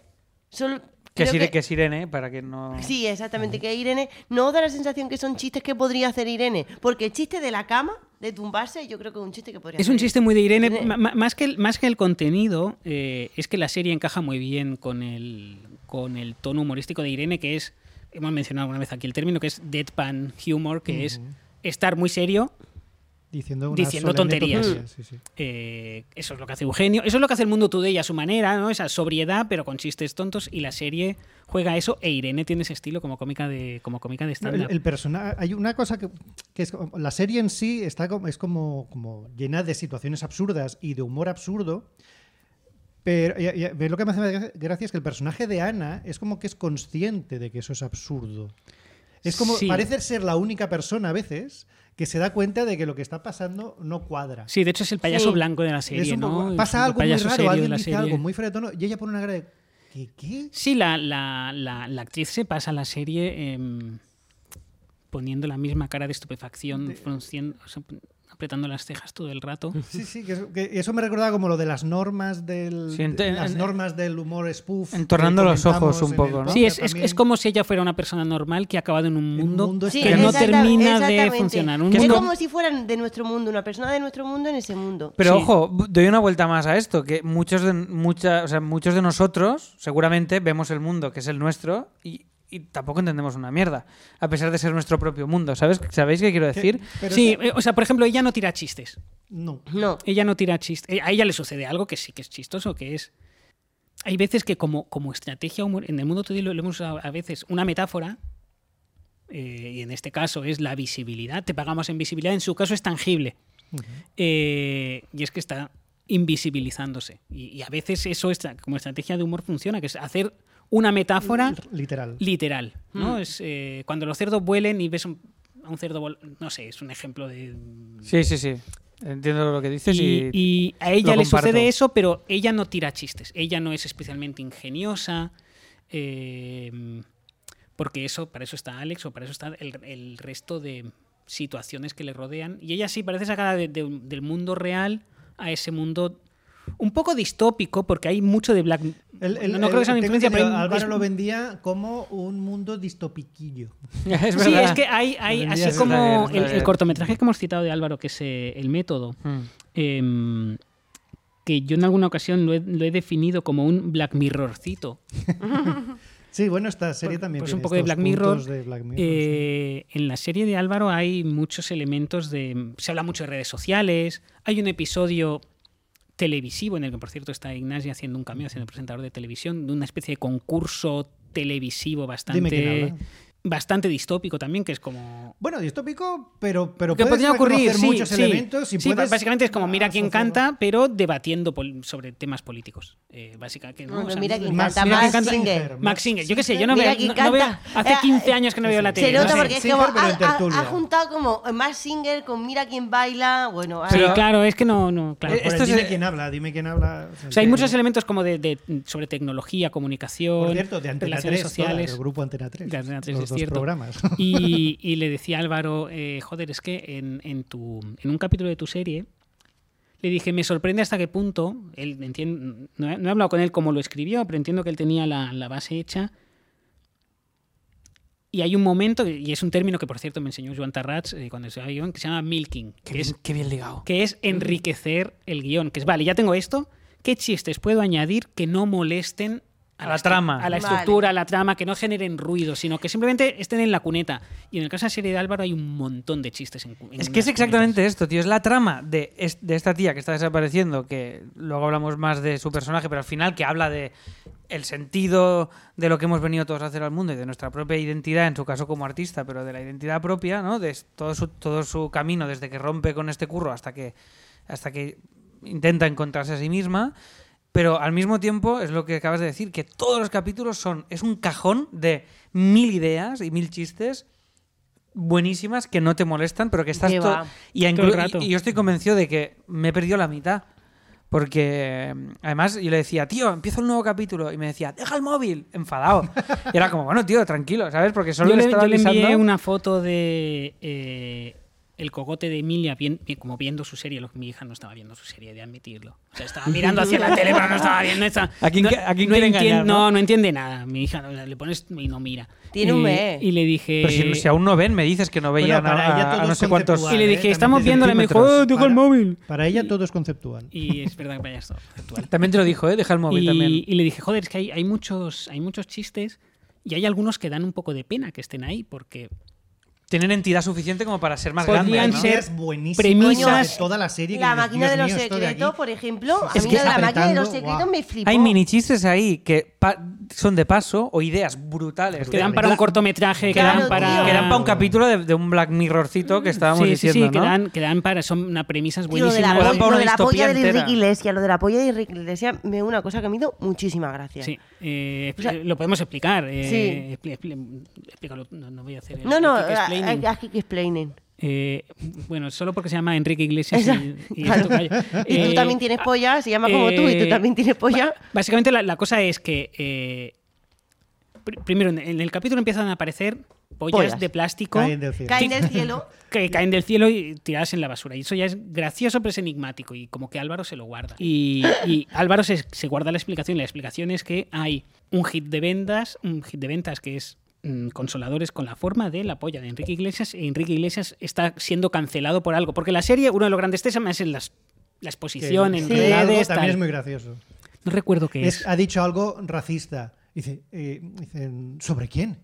son.
Que es,
creo
Irene, que es Irene, para que no.
Sí, exactamente. Que Irene no da la sensación que son chistes que podría hacer Irene. Porque el chiste de la cama, de tumbarse, yo creo que es un chiste que podría
Es
hacer
un chiste muy de Irene.
Irene.
ma- ma- Más que, el, más que el contenido, eh, es que la serie encaja muy bien con el, con el tono humorístico de Irene, que es, hemos mencionado alguna vez aquí el término, que es deadpan humor, que es estar muy serio.
Diciendo, una
diciendo
solemne
tonterías.
tontería, sí, sí.
eh, eso es lo que hace Eugenio. Eso es lo que hace el mundo today a su manera, ¿no? Esa sobriedad, pero con chistes tontos. Y la serie juega a eso. E Irene tiene ese estilo como cómica de, como cómica de
No,
stand-up.
El, el persona- hay una cosa que, que es como- la serie en sí está como, es como, como llena de situaciones absurdas y de humor absurdo. Pero y- y- ve lo que me hace más gracia es que el personaje de Ana es como que es consciente de que eso es absurdo. Es como
Sí.
parece ser la única persona a veces que se da cuenta de que lo que está pasando no cuadra.
Sí, de hecho es el payaso
Sí.
blanco de la
Es
serie,
un poco-
¿no? Es un
pasa algo muy
payaso
raro,
serio de
alguien
la
dice
serie.
algo muy fuera de tono y ella pone una cara de ¿qué? qué?
Sí, la, la- la- la actriz se pasa la serie em, poniendo la misma cara de estupefacción, frunciendo- o sea, apretando las cejas todo el rato.
Sí, sí, que eso, que eso me recordaba como lo de las normas del
Sí, ente-
de las
en-
normas del humor spoof.
entornando
que
los ojos
comentamos
un
en
poco,
el
¿no?
Sí, es, es-
podcast
es
también.
como si ella fuera una persona normal que ha acabado en un
En un
mundo,
mundo
Sí,
que no
exacta-
termina de
exactamente.
funcionar. Un
Que
es
mundo-
como si fueran de nuestro mundo, una persona de nuestro mundo en ese mundo.
Pero
Sí.
ojo, b- doy una vuelta más a esto, que muchos de, mucha, o sea, muchos de nosotros seguramente vemos el mundo que es el nuestro y, y tampoco entendemos una mierda, a pesar de ser nuestro propio mundo. ¿Sabes? ¿Sabéis qué quiero decir?
Pero
sí,
es-
eh, o sea, por ejemplo, ella no tira chistes.
no.
No.
Ella no tira chistes. A ella le sucede algo que sí que es chistoso, que es... Hay veces que como, como estrategia humor, en el mundo today lo, lo hemos usado a veces una metáfora, eh, y en este caso es la visibilidad, te pagamos en visibilidad, en su caso es tangible. Eh, y es que está invisibilizándose. Y, y a veces eso estra- como estrategia de humor funciona, que es hacer una metáfora
Literal.
literal. ¿no? Es, eh, cuando los cerdos vuelen y ves un- a un cerdo vol- No sé, es un ejemplo de.
Sí, sí, sí. Entiendo lo que dices
y,
y,
y a ella le
comparto.
sucede eso, pero ella no tira chistes. Ella no es especialmente ingeniosa. eh, porque eso, para eso está Alex o para eso está el, el resto de situaciones que le rodean. Y ella sí parece sacada de- de- del mundo real a ese mundo un poco distópico, porque hay mucho de Black.
El- el-
no, no creo
el-
que sea una
tengo
influencia, pero
entendido,
hay-
Álvaro
es-
lo vendía como un mundo distopiquillo.
[laughs] es
sí,
verdad.
es que hay, hay
Lo vendía
así
así.
Está
como
bien,
el,
está
el
bien.
cortometraje que hemos citado de Álvaro, que es eh, El Método,
Mm.
em, que yo en alguna ocasión lo he, lo he definido como un Black Mirrorcito,
Sí, bueno, esta serie también
pues
tiene
un poco de
estos
Black Mirror,
puntos de Black Mirror, sí.
Eh, En la serie de Álvaro hay muchos elementos de. Se habla mucho de redes sociales. Hay un episodio televisivo en el que, por cierto, está Ignacio haciendo un cambio, haciendo presentador de televisión, de una especie de concurso televisivo
Dime quién
bastante,
habla.
bastante distópico también, que es como.
Bueno, distópico, pero, pero
que
puedes
podría ocurrir
reconocer
sí,
muchos
sí,
elementos y
sí,
puedes
básicamente es como mira quién
asociarlo.
canta, pero debatiendo pol- sobre temas políticos. Eh, básicamente, ¿no?
No,
O sea,
mira quién
Max-
canta,
mira
Max
quién canta.
Singer.
Max Singer, yo qué sé, yo no,
Mira
veo,
quién
no- no veo-
canta.
Hace
Eh,
15 años que no veo la
se
tele.
Se
no
nota
sé.
porque es que
Singer,
como
pero
ha,
en tertulia.
ha- ha juntado como Max Singer con Mira quién baila. Bueno, hay-
Sí,
Pero-
claro, es que no, no, claro.
Eh,
Por el
esto es-
dime quién habla, dime quién habla.
o sea, hay muchos elementos como de, de- sobre tecnología, comunicación,
Por cierto, de Antena
relaciones
3,
sociales.
el grupo Antena 3.
De Antena 3,
los
es
dos
cierto.
programas.
Y, y le decía a Álvaro, eh, joder, es que en, en tu, en un capítulo de tu serie le dije, me sorprende hasta qué punto, él entien- no, he, no he hablado con él cómo lo escribió, pero entiendo que él tenía la, la base hecha. Y hay un momento, y es un término que por cierto me enseñó Joan Tarrats eh, cuando estudiaba guión, que se llama milking,
Qué,
que es
bien, qué bien ligado.
que es enriquecer el guión. Que es, vale, ya tengo esto. ¿Qué chistes puedo añadir que no molesten
A la
estru-
trama.
A la
Vale.
estructura, a la trama, que no generen ruido, sino que simplemente estén en la cuneta. Y en el caso de la serie de Álvaro hay un montón de chistes en, cu- en
Es que es
las
exactamente esto, tío. Es la trama de, es- de esta tía que está desapareciendo, que luego hablamos más de su personaje, pero al final que habla de el sentido de lo que hemos venido todos a hacer al mundo y de nuestra propia identidad, en su caso como artista, pero de la identidad propia, ¿no? De es- todo su, todo su camino desde que rompe con este curro hasta que, hasta que intenta encontrarse a sí misma. Pero al mismo tiempo, es lo que acabas de decir, que todos los capítulos son, es un cajón de mil ideas y mil chistes buenísimas que no te molestan, pero que estás
Que
to-
va.
y, a
Todo el
inclu-
rato.
y- y yo estoy convencido de que me he perdido la mitad. Porque mm, además yo le decía, tío, empiezo el nuevo capítulo. Y me decía, deja el móvil, enfadado. Y era como, bueno, tío, tranquilo, ¿sabes? Porque solo
yo
le,
le,
estaba
yo le envié
avisando.
una foto de eh, el cogote de Emilia bien- bien- como viendo su serie. Lo- Mi hija no estaba viendo su serie, he de admitirlo. O sea, estaba mirando hacia la tele, pero no estaba viendo esta.
[laughs] ¿A quién
no,
que- a quién
no
quiere
entien-
engañar,
¿no?
no?
no, entiende nada. Mi hija no- le pones y no mira.
Tiene un
Eh,
mes.
Y le dije.
Pero si, si aún no ven, me dices que no
[laughs]
veían
para
a-
ella
a,
todo
no
es
sé cuántos.
conceptual.
y le
Vale,
dije,
¿eh?
estamos
También
viéndola. Y me dijo,
centímetros.
"Oh, deja el
Para-
móvil.
Para ella todo es conceptual.
Y es verdad que para ella es todo actual.
También te lo dijo, ¿eh? Deja el [laughs] móvil
Y,
también.
y le dije, joder, es que hay, hay muchos, hay muchos chistes y hay algunos que dan un poco de pena que estén ahí porque
Pues Tienen entidad suficiente como para ser más
Podrían
grandes.
podían
¿no?
ser
es buenísimo.
premisas-
de toda la serie. que
La
dices,
máquina de
"Dios
los
mío, esto de aquí".
secretos, pues, por ejemplo. A
Es
mí
que
la de la máquina de
apretando,
los secretos
guau.
me flipó.
Hay mini chistes ahí que pa- son de paso o ideas brutales.
quedan para un cortometraje,
Claro,
quedan para.
tío.
que dan para un capítulo de, de un Black Mirrorcito que estábamos
sí, sí,
diciendo,
sí,
¿no?
quedan, quedan para. Son una premisas
Tío, lo de
buenísimas.
la,
Buenísimo. Para
polla- lo
una
de la
distopía
polla de
entera.
Enrique Iglesias, lo de la polla de Enrique Iglesias me es una cosa que a mí me dio muchísima gracia.
Sí, eh,
O sea-
eh, lo podemos explicar. eh, expli- expli- explícalo, no, no voy a hacer. el
No, no,
quick
a-
explaining.
a- a que explainen.
Eh, bueno, solo porque se llama Enrique Iglesias y-
Exacto,
y,
claro.
esto, vaya.
Y tú
Eh,
también tienes polla, se llama como tú, y
eh,
tú también tienes polla.
Básicamente la, la cosa es que eh, pr- primero en- en el capítulo empiezan a aparecer pollas,
Pollas.
de plástico
Caen del cielo.
Caen del [laughs] cielo.
que caen del cielo y tiradas en la basura. Y eso ya es gracioso, pero es enigmático. Y como que Álvaro se lo guarda. Y, y Álvaro se, se guarda la explicación. y La explicación es que hay un hit de ventas, un hit de ventas que es mm, consoladores con la forma de la polla de Enrique Iglesias y Enrique Iglesias está siendo cancelado por algo porque la serie uno de los grandes temas es las la exposición en
Sí, algo
redes
también
tal.
es muy gracioso.
no recuerdo qué es,
Es- ha dicho algo racista. Dice, eh, dicen, ¿sobre quién?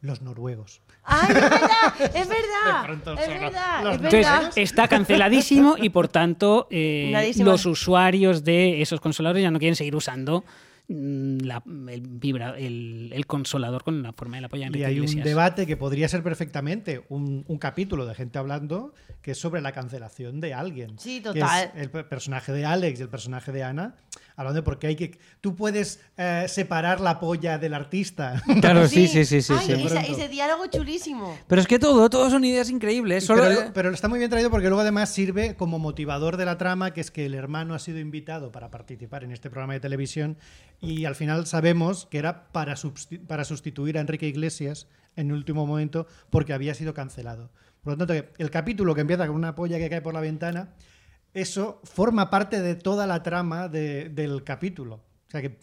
Los noruegos.
¡Ay, es verdad! ¡Es verdad!
pronto
¡Es
son
verdad!
los
¡Es
Entonces,
verdad!
está canceladísimo y por
[laughs]
tanto eh,
Nadie se
los
va.
usuarios de esos consoladores ya no quieren seguir usando mm, la- el, vibra- el- el consolador con la forma de la polla de
Y
Enrique
hay un
Iglesias.
debate que podría ser perfectamente un, un capítulo de gente hablando que es sobre la cancelación de alguien.
Sí,
que es
total.
el pe- personaje de Alex y el personaje de Ana Hablando de por qué hay que. Tú puedes eh, separar la polla del artista.
[laughs] Claro, sí, sí, sí, sí.
Pues Ay,
sí.
esa-
Pronto.
ese diálogo chulísimo.
Pero es que todo, todo son ideas increíbles. Solo... eh,
Pero, pero está muy bien traído porque luego además sirve como motivador de la trama, que es que el hermano ha sido invitado para participar en este programa de televisión y al final sabemos que era para, substi- para sustituir a Enrique Iglesias en último momento porque había sido cancelado. Por lo tanto, el capítulo que empieza con una polla que cae por la ventana, eso forma parte de toda la trama de- del capítulo. O sea que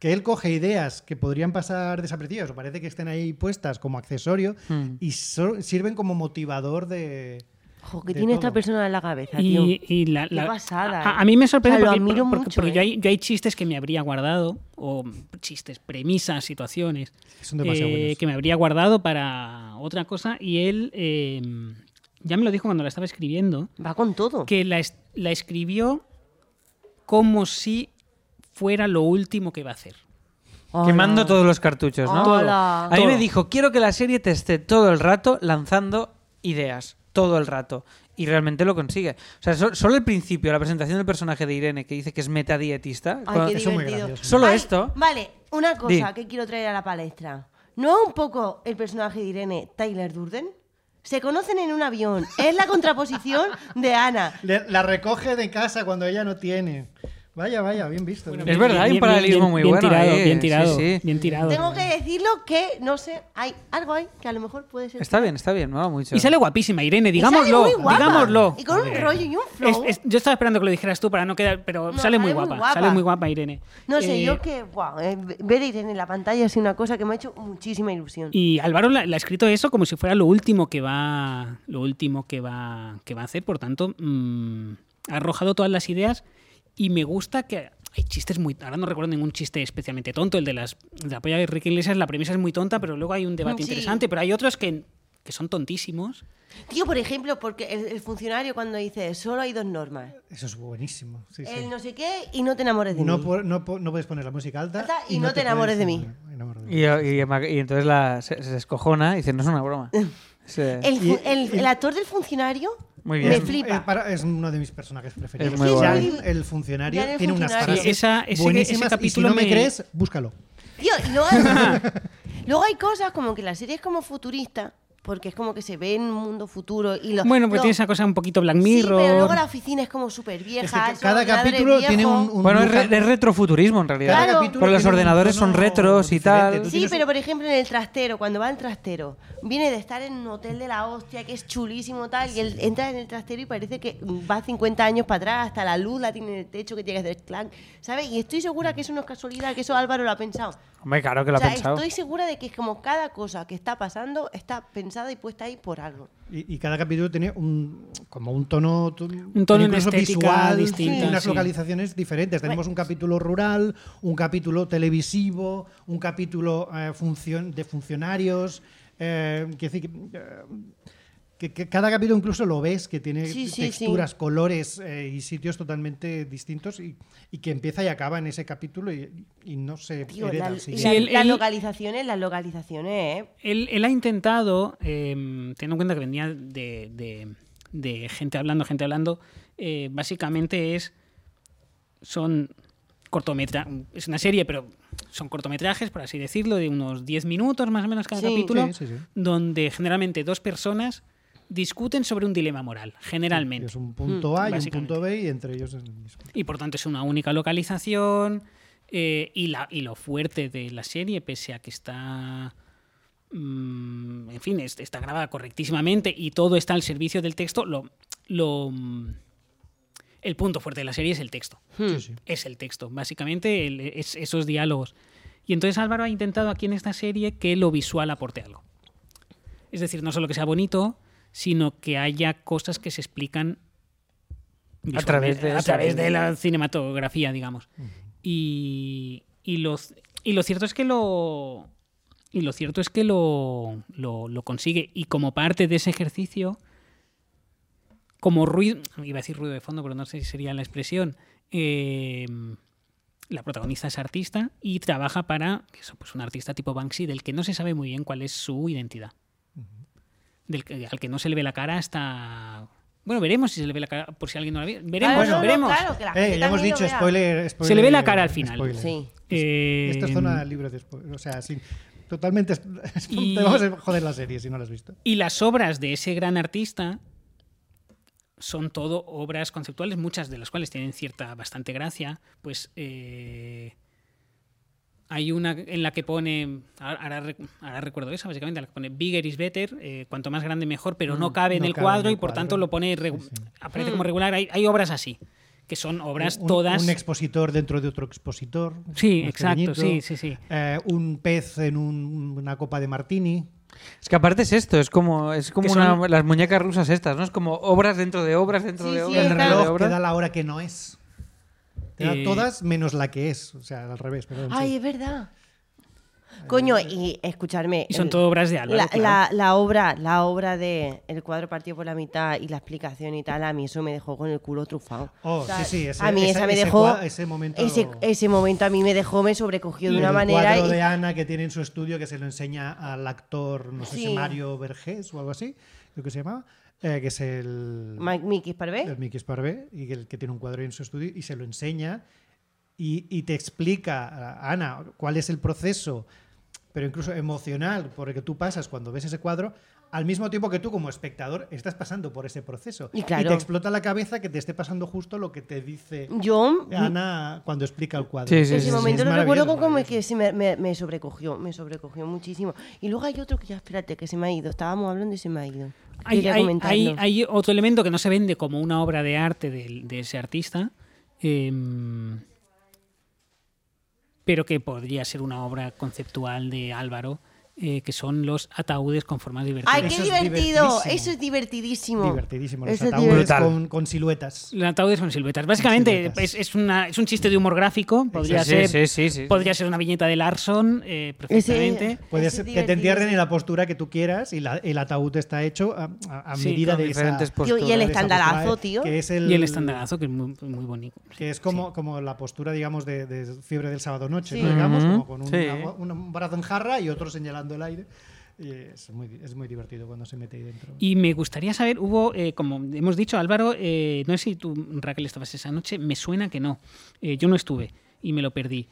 que él coge ideas que podrían pasar desapercibidas o parece que estén ahí puestas como accesorio
Hmm.
y so- sirven como motivador de...
Ojo, que
de
tiene
todo.
esta persona en la cabeza, tío.
Y, y la,
Qué
la-
pasada,
a-
eh.
A, mí me sorprende
O sea, lo
porque,
admiro
porque-
mucho,
porque yo,
eh.
hay, yo hay chistes que me habría guardado, o chistes, premisas, situaciones,
Son demasiado
eh,
buenos.
que me habría guardado para otra cosa. Y él eh, ya me lo dijo cuando la estaba escribiendo,
Va con
[laughs]
todo.
que la, es- la escribió como si fuera lo último que va a hacer.
Hola.
Quemando todos los cartuchos, ¿no?
Hola.
A mí
Todo.
me dijo, quiero que la serie te esté todo el rato lanzando ideas, todo el rato. Y realmente lo consigue. O sea, so- solo el principio, la presentación del personaje de Irene, que dice que es metadietista.
Ay,
cuando-
qué
Eso es muy
divertido.
gracioso.
Solo
Ay,
esto.
Vale, una cosa
Di.
que quiero traer a la palestra. ¿No es un poco el personaje de Irene Tyler Durden? Se conocen en un avión. Es la contraposición de [laughs] Ana.
Le- la recoge de casa cuando ella no tiene. Vaya, vaya, bien visto.
Es verdad, hay un paralelismo muy
bien
bueno
Tirado,
ahí,
bien
sí,
tirado,
sí.
bien tirado.
Tengo que decirlo que, no sé, hay algo ahí que a lo mejor puede ser.
Está bien, está bien, me va mucho.
Y sale guapísima, Irene,
Y sale
digámoslo.
muy guapa.
Digámoslo.
Y con un rollo y un flow.
Es- es- yo estaba esperando que lo dijeras tú para no quedar, pero
No,
sale muy guapa, Sale muy guapa, Irene.
No sé,
Eh,
yo que, guau, eh, ver a Irene en la pantalla es una cosa que me ha hecho muchísima ilusión.
Y Álvaro la, la ha escrito eso como si fuera lo último que va, lo último que va, que va a hacer. Por tanto, mm, ha arrojado todas las ideas y me gusta que hay chistes muy. Ahora no recuerdo ningún chiste especialmente tonto. El de las de la polla de Ricky Iglesias, la premisa es muy tonta, pero luego hay un debate
Sí.
interesante. Pero hay otros que, que son tontísimos.
Tío, por ejemplo, porque el, el funcionario cuando dice solo hay dos normas.
Eso es buenísimo. sí, sí.
El no sé qué y no te enamores de
No,
mí.
pu- no pu- no puedes poner la música alta.
Alta y no te enamores
puedes
de mí.
enamorar- enamorar de mí.
Y, y- y entonces la, se, se escojona y dice, no es una broma. Se-
El, fu- el- el actor del funcionario
Muy
me
bien.
Es,
flipa.
para- es uno de mis personajes preferidos.
Es muy
Jan,
guay.
el funcionario,
Jan el
tiene unas
funcionario.
frases
Sí, esa- ese- ese
buenísimas. y si
capítulo
no me
me-
crees, búscalo.
Tío, y luego,
[laughs]
hay, luego hay cosas como que la serie es como futurista, porque es como que se ve en un mundo futuro y los.
Bueno, pues
los-
tiene esa cosa un poquito Black
Sí,
Mirror.
pero luego la oficina es como súper
Es
vieja.
que cada capítulo tiene un, un
Bueno, es,
look
re-
a-
es retrofuturismo en realidad.
Claro.
capítulo
Pero los
tiene un
ordenadores son
tono
retros y
diferente.
tal.
Tú
Sí,
tienes-
pero por ejemplo en el trastero, cuando va al trastero, viene de estar en un hotel de la hostia que es chulísimo tal, y él entra en el trastero y parece que va 50 años para atrás, hasta la luz la tiene en el techo que tiene que hacer clan, ¿sabes? Y estoy segura que eso no es casualidad, que eso Álvaro lo ha pensado.
Hombre, claro que lo
o sea,
ha pensado.
estoy segura de que es como cada cosa que está pasando está pensada y puesta ahí por algo.
Y, y cada capítulo tiene un, como un tono, tu-
Un tono, una
incluso
estética distinta,
unas
sí.
localizaciones diferentes.
Pues
Tenemos un capítulo rural, un capítulo televisivo, un capítulo eh, función, de funcionarios. eh, quiero decir que, eh, que- que cada capítulo incluso lo ves, que tiene
Sí, sí, sí.
texturas, colores eh, y sitios totalmente distintos y, y que empieza y acaba en ese capítulo y, y no se
Tío,
hereda
la-
al siguiente.
la-
Sí, él-
las
él-
localizaciones, las localizaciones, ¿eh?
Él, él ha intentado, eh, teniendo en cuenta que venía de, de- de gente hablando, gente hablando, eh, básicamente es. Son cortometrajes. Es una serie, pero son cortometrajes, por así decirlo, de unos 10 minutos más o menos cada
Sí.
capítulo,
Sí, sí, sí.
donde generalmente dos personas discuten sobre un dilema moral, generalmente.
Es un punto A y un
Básicamente.
punto B y entre ellos es el mismo.
Y por tanto es una única localización. eh, y, la, y lo fuerte de la serie, pese a que está. mm, en fin, es- está grabada correctísimamente y todo está al servicio del texto. Lo, lo, mm, el punto fuerte de la serie es el texto.
Hmm.
Sí, sí.
Es el texto, básicamente, el- es- esos diálogos. Y entonces Álvaro ha intentado aquí en esta serie que lo visual aporte algo. Es decir, no solo que sea bonito, sino que haya cosas que se explican
A través de
visualmente- a
esa-
través de la cinematografía, digamos. Y, y, lo, y lo cierto es que lo. Y lo cierto es que lo, lo, lo consigue. Y como parte de ese ejercicio, como ruido. Iba a decir ruido de fondo, pero no sé si sería la expresión. eh, la protagonista es artista y trabaja para eso, pues un artista tipo Banksy del que no se sabe muy bien cuál es su identidad. Del que- al que no se le ve la cara hasta Bueno, veremos si se le ve la cara, por si alguien no la ve. Veremos,
Bueno, no,
veremos.
claro, que la gente
Eh, ya hemos
también lo
dicho,
vea.
spoiler, spoiler.
Se le ve la cara al final.
spoiler.
Sí.
Eh,
Esto es zona libre de spoiler. O sea, sí, totalmente. [laughs] es-
Y-
Te vamos a joder la serie si no la has visto.
Y las obras de ese gran artista son todo obras conceptuales, muchas de las cuales tienen cierta bastante gracia. Pues eh, hay una en la que pone, ahora, ahora rec- ahora recuerdo esa básicamente, la que pone bigger is better, eh, cuanto más grande mejor, pero no cabe en
Mm, no
el
cabe en
cuadro
el
y por tanto
cuadro.
lo pone, regu-
Sí, sí.
aparece
Mm.
como regular. Hay, hay obras así, que son obras
Un-
todas...
Un expositor dentro de otro expositor.
sí,
más
exacto, sí,
pequeñito.
sí, sí.
Eh, un pez en un- una copa de martini.
Es que aparte es esto, es como, es como
Que son-
una- las muñecas rusas estas, ¿no? Es como obras dentro de obras, dentro
Sí,
de
sí,
obras,
El
dentro de
reloj te
obras.
da la hora que no es. Te da
Eh,
todas menos la que es. O sea, al revés. perdón, sí.
Ay, es verdad. Coño, y escucharme.
Y son
el-
todo obras de Álvaro.
La,
claro.
la- la obra, la obra de el cuadro partido por la mitad y la explicación y tal, a mí eso me dejó con el culo trufado.
Oh, sí, sí, ese-
a mí
ese-
esa me
ese
dejó.
cua- ese momento-
Ese, ese momento a mí me dejó, me sobrecogió de una
el
manera.
cuadro
y-
de Ana que tiene en su estudio que se lo enseña al actor, no sé si
Sí.
Mario Vergés o algo así, creo que se llamaba, eh, que es el,
Mike Mickey Parvé.
el Mickey Sparvé, y que, el que tiene un cuadro ahí en su estudio y se lo enseña y, y te explica, a Ana, cuál es el proceso, pero incluso emocional, por el que tú pasas cuando ves ese cuadro. Al mismo tiempo que tú, como espectador, estás pasando por ese proceso.
Y claro.
te explota la cabeza que te esté pasando justo lo que te dice
Yo
Ah, Ana cuando explica el cuadro.
Sí, sí,
Mm. ese
sí, sí,
momento
Es
lo recuerdo
maravilloso,
como como que
maravilloso.
se me, me- me sobrecogió, me sobrecogió muchísimo. Y luego hay otro que ya, espérate, que se me ha ido. Estábamos hablando y se me ha ido.
Hay,
Quería
hay-
comentarlo.
hay- hay otro elemento que no se vende como una obra de arte del- de, ese artista, em, pero que podría ser una obra conceptual de Álvaro, eh, que son los ataúdes con formas divertidas.
¡Ay, qué
Eso es
divertido!
divertísimo.
eso es divertidísimo.
Divertidísimo. Los
Eso es
ataúdes
Brutal.
con, con siluetas.
Los ataúdes con siluetas. Básicamente
siluetas.
es, es una- es un chiste de humor gráfico, podría,
Sí,
ser,
sí, sí, sí, sí. [laughs]
podría ser una viñeta de Larson, eh, perfectamente.
Ese-
Puede
Eso
ser
es
que te entierren
divertidísimo.
en la postura que tú quieras y la- el ataúd está hecho a, a- a
Sí,
medida
con
de esa-
diferentes
de
Tío, y el
posturas.
esa
estandarazo,
postura, eh,
tío.
Que es el,
Y el estandarazo, que es muy, muy bonito.
Que es como, como la postura, digamos, de, de fiebre del sábado noche,
Sí.
¿no? digamos,
Ujú.
como con un,
Sí.
un- un brazo en jarra y otro señalando el aire. Y es, muy, es muy divertido cuando se mete ahí dentro.
Y me gustaría saber, hubo, eh, como hemos dicho, Álvaro, eh, no sé si tú, Raquel, estabas esa noche, me suena que no. Eh, yo no estuve y me lo perdí.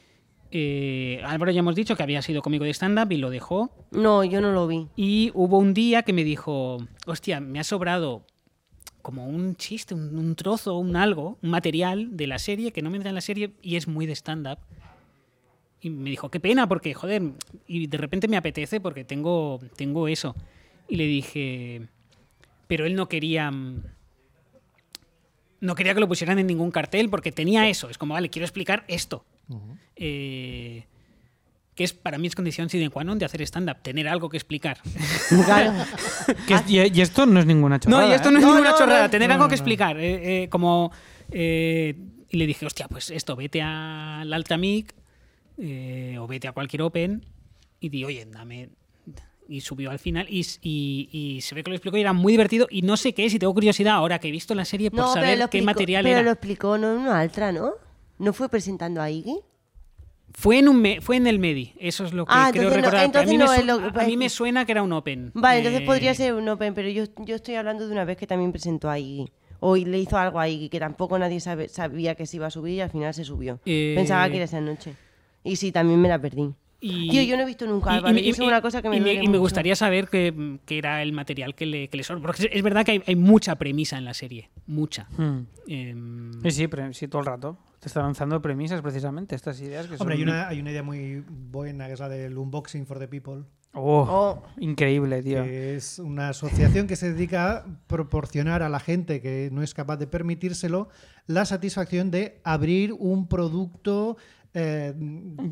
Eh, Álvaro ya hemos dicho que había sido cómico de stand-up y lo dejó.
No, yo no lo vi.
Y hubo un día que me dijo, hostia, me ha sobrado como un chiste, un, un trozo, un algo, un material de la serie que no me entra en la serie y es muy de stand-up. Y me dijo, qué pena, porque, joder, y de repente me apetece porque tengo, tengo eso. Y le dije, pero él no quería... mm, No quería que lo pusieran en ningún cartel porque tenía eso. Es como, vale, quiero explicar esto.
Ujú.
Eh, que es para mí es condición sine qua non de hacer stand-up, tener algo que explicar. [laughs]
Que es- y, y esto no es ninguna chorrada.
no, y esto
¿eh?
no es
No,
ninguna
no,
chorrada,
no.
tener algo que explicar. eh, eh, como. eh, y le dije, hostia, pues esto, vete al Altamic eh, o vete a cualquier Open y di, oye, dame. Y subió al final y, s- y- y se ve que lo explicó y era muy divertido. Y no sé qué es, y tengo curiosidad ahora que he visto la serie por
No,
saber
pero lo explicó,
qué material
pero
era.
lo explicó no en una altra, ¿no? ¿No fue presentando a Iggy?
Fue en, un me- fue en el Medi, eso es lo que
Ah,
quiero
entonces
recordar.
no-
pero
entonces
a, mí
no
me
es
su-
lo que-
a mí me suena que era un Open.
Vale, entonces
Eh,
podría ser un open, pero yo, yo estoy hablando de una vez que también presentó a Iggy. O le hizo algo a Iggy, que tampoco nadie sabe- sabía que se iba a subir y al final se subió.
Eh.
Pensaba que era esa noche. Y sí, también me la perdí.
Y-
Tío, yo no he visto nunca Álvaro, y eso es una cosa que me
y
duele
y me
mucho.
gustaría saber qué qué era el material que le, que le sobra. Porque es- es verdad que hay, hay mucha premisa en la serie. Mucha.
Mm.
Em,
Y sí, pre- sí, todo el rato. Te está lanzando premisas precisamente, estas ideas
Pues
que son...
Hombre, hay una, hay una idea muy buena que es la del unboxing for the people.
Oh, Increíble, tío.
que es una asociación que se dedica a proporcionar a la gente que no es capaz de permitírselo la satisfacción de abrir un producto eh,